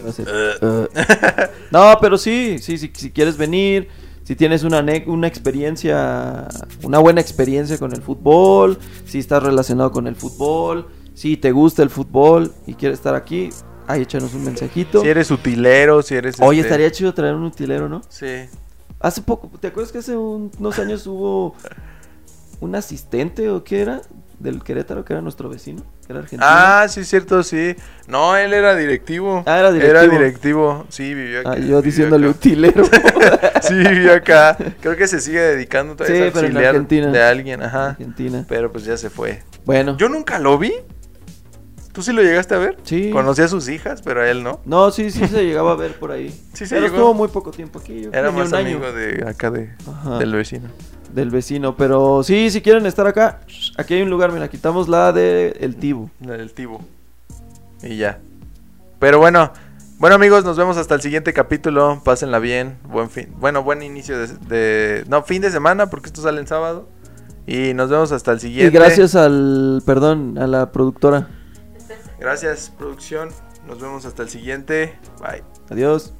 va a ser, "Eh". No, pero sí, sí, sí, si quieres venir, si tienes una, ane- una experiencia, una buena experiencia con el fútbol, si estás relacionado con el fútbol, si te gusta el fútbol y quieres estar aquí, ahí échanos un mensajito.
(laughs) Si eres utilero, si eres.
Oye,
este,
estaría chido traer un utilero, ¿no?
Sí.
Hace poco, ¿te acuerdas que hace un- unos años hubo un asistente o qué era? Del Querétaro, que era nuestro vecino, que era argentino.
Ah, sí, cierto, sí. No, él era directivo.
Ah, era directivo.
Era directivo. Sí, vivió acá.
Ah,
vivió
yo diciéndole
acá.
utilero.
(laughs) Sí, vivió acá. Creo que se sigue dedicando todavía
Sí,
a
pero en
auxiliar
Argentina.
de alguien, ajá.
Argentina.
Pero pues ya se fue.
Bueno.
Yo nunca lo vi. ¿Tú sí lo llegaste a ver?
Sí.
Conocí a sus hijas, pero a él no.
No, sí, sí se llegaba a ver por ahí.
(laughs) Sí se
pero
llegó.
estuvo muy poco tiempo aquí. yo
Era
creo, ni
más
un año
amigo de acá de,
Ajá.
del vecino.
del vecino. Pero sí, si quieren estar acá, aquí hay un lugar. Mira, quitamos la de El Tibu.
La del Tibo. Y ya. Pero bueno. Bueno amigos, nos vemos hasta el siguiente capítulo. Pásenla bien. Buen fin. Bueno, buen inicio de, de- No, fin de semana porque esto sale en sábado. Y este- nos vemos hasta el
Y
siguiente.
gracias al, perdón, a la productora.
Gracias, producción. Nos vemos hasta el siguiente. Bye.
Adiós.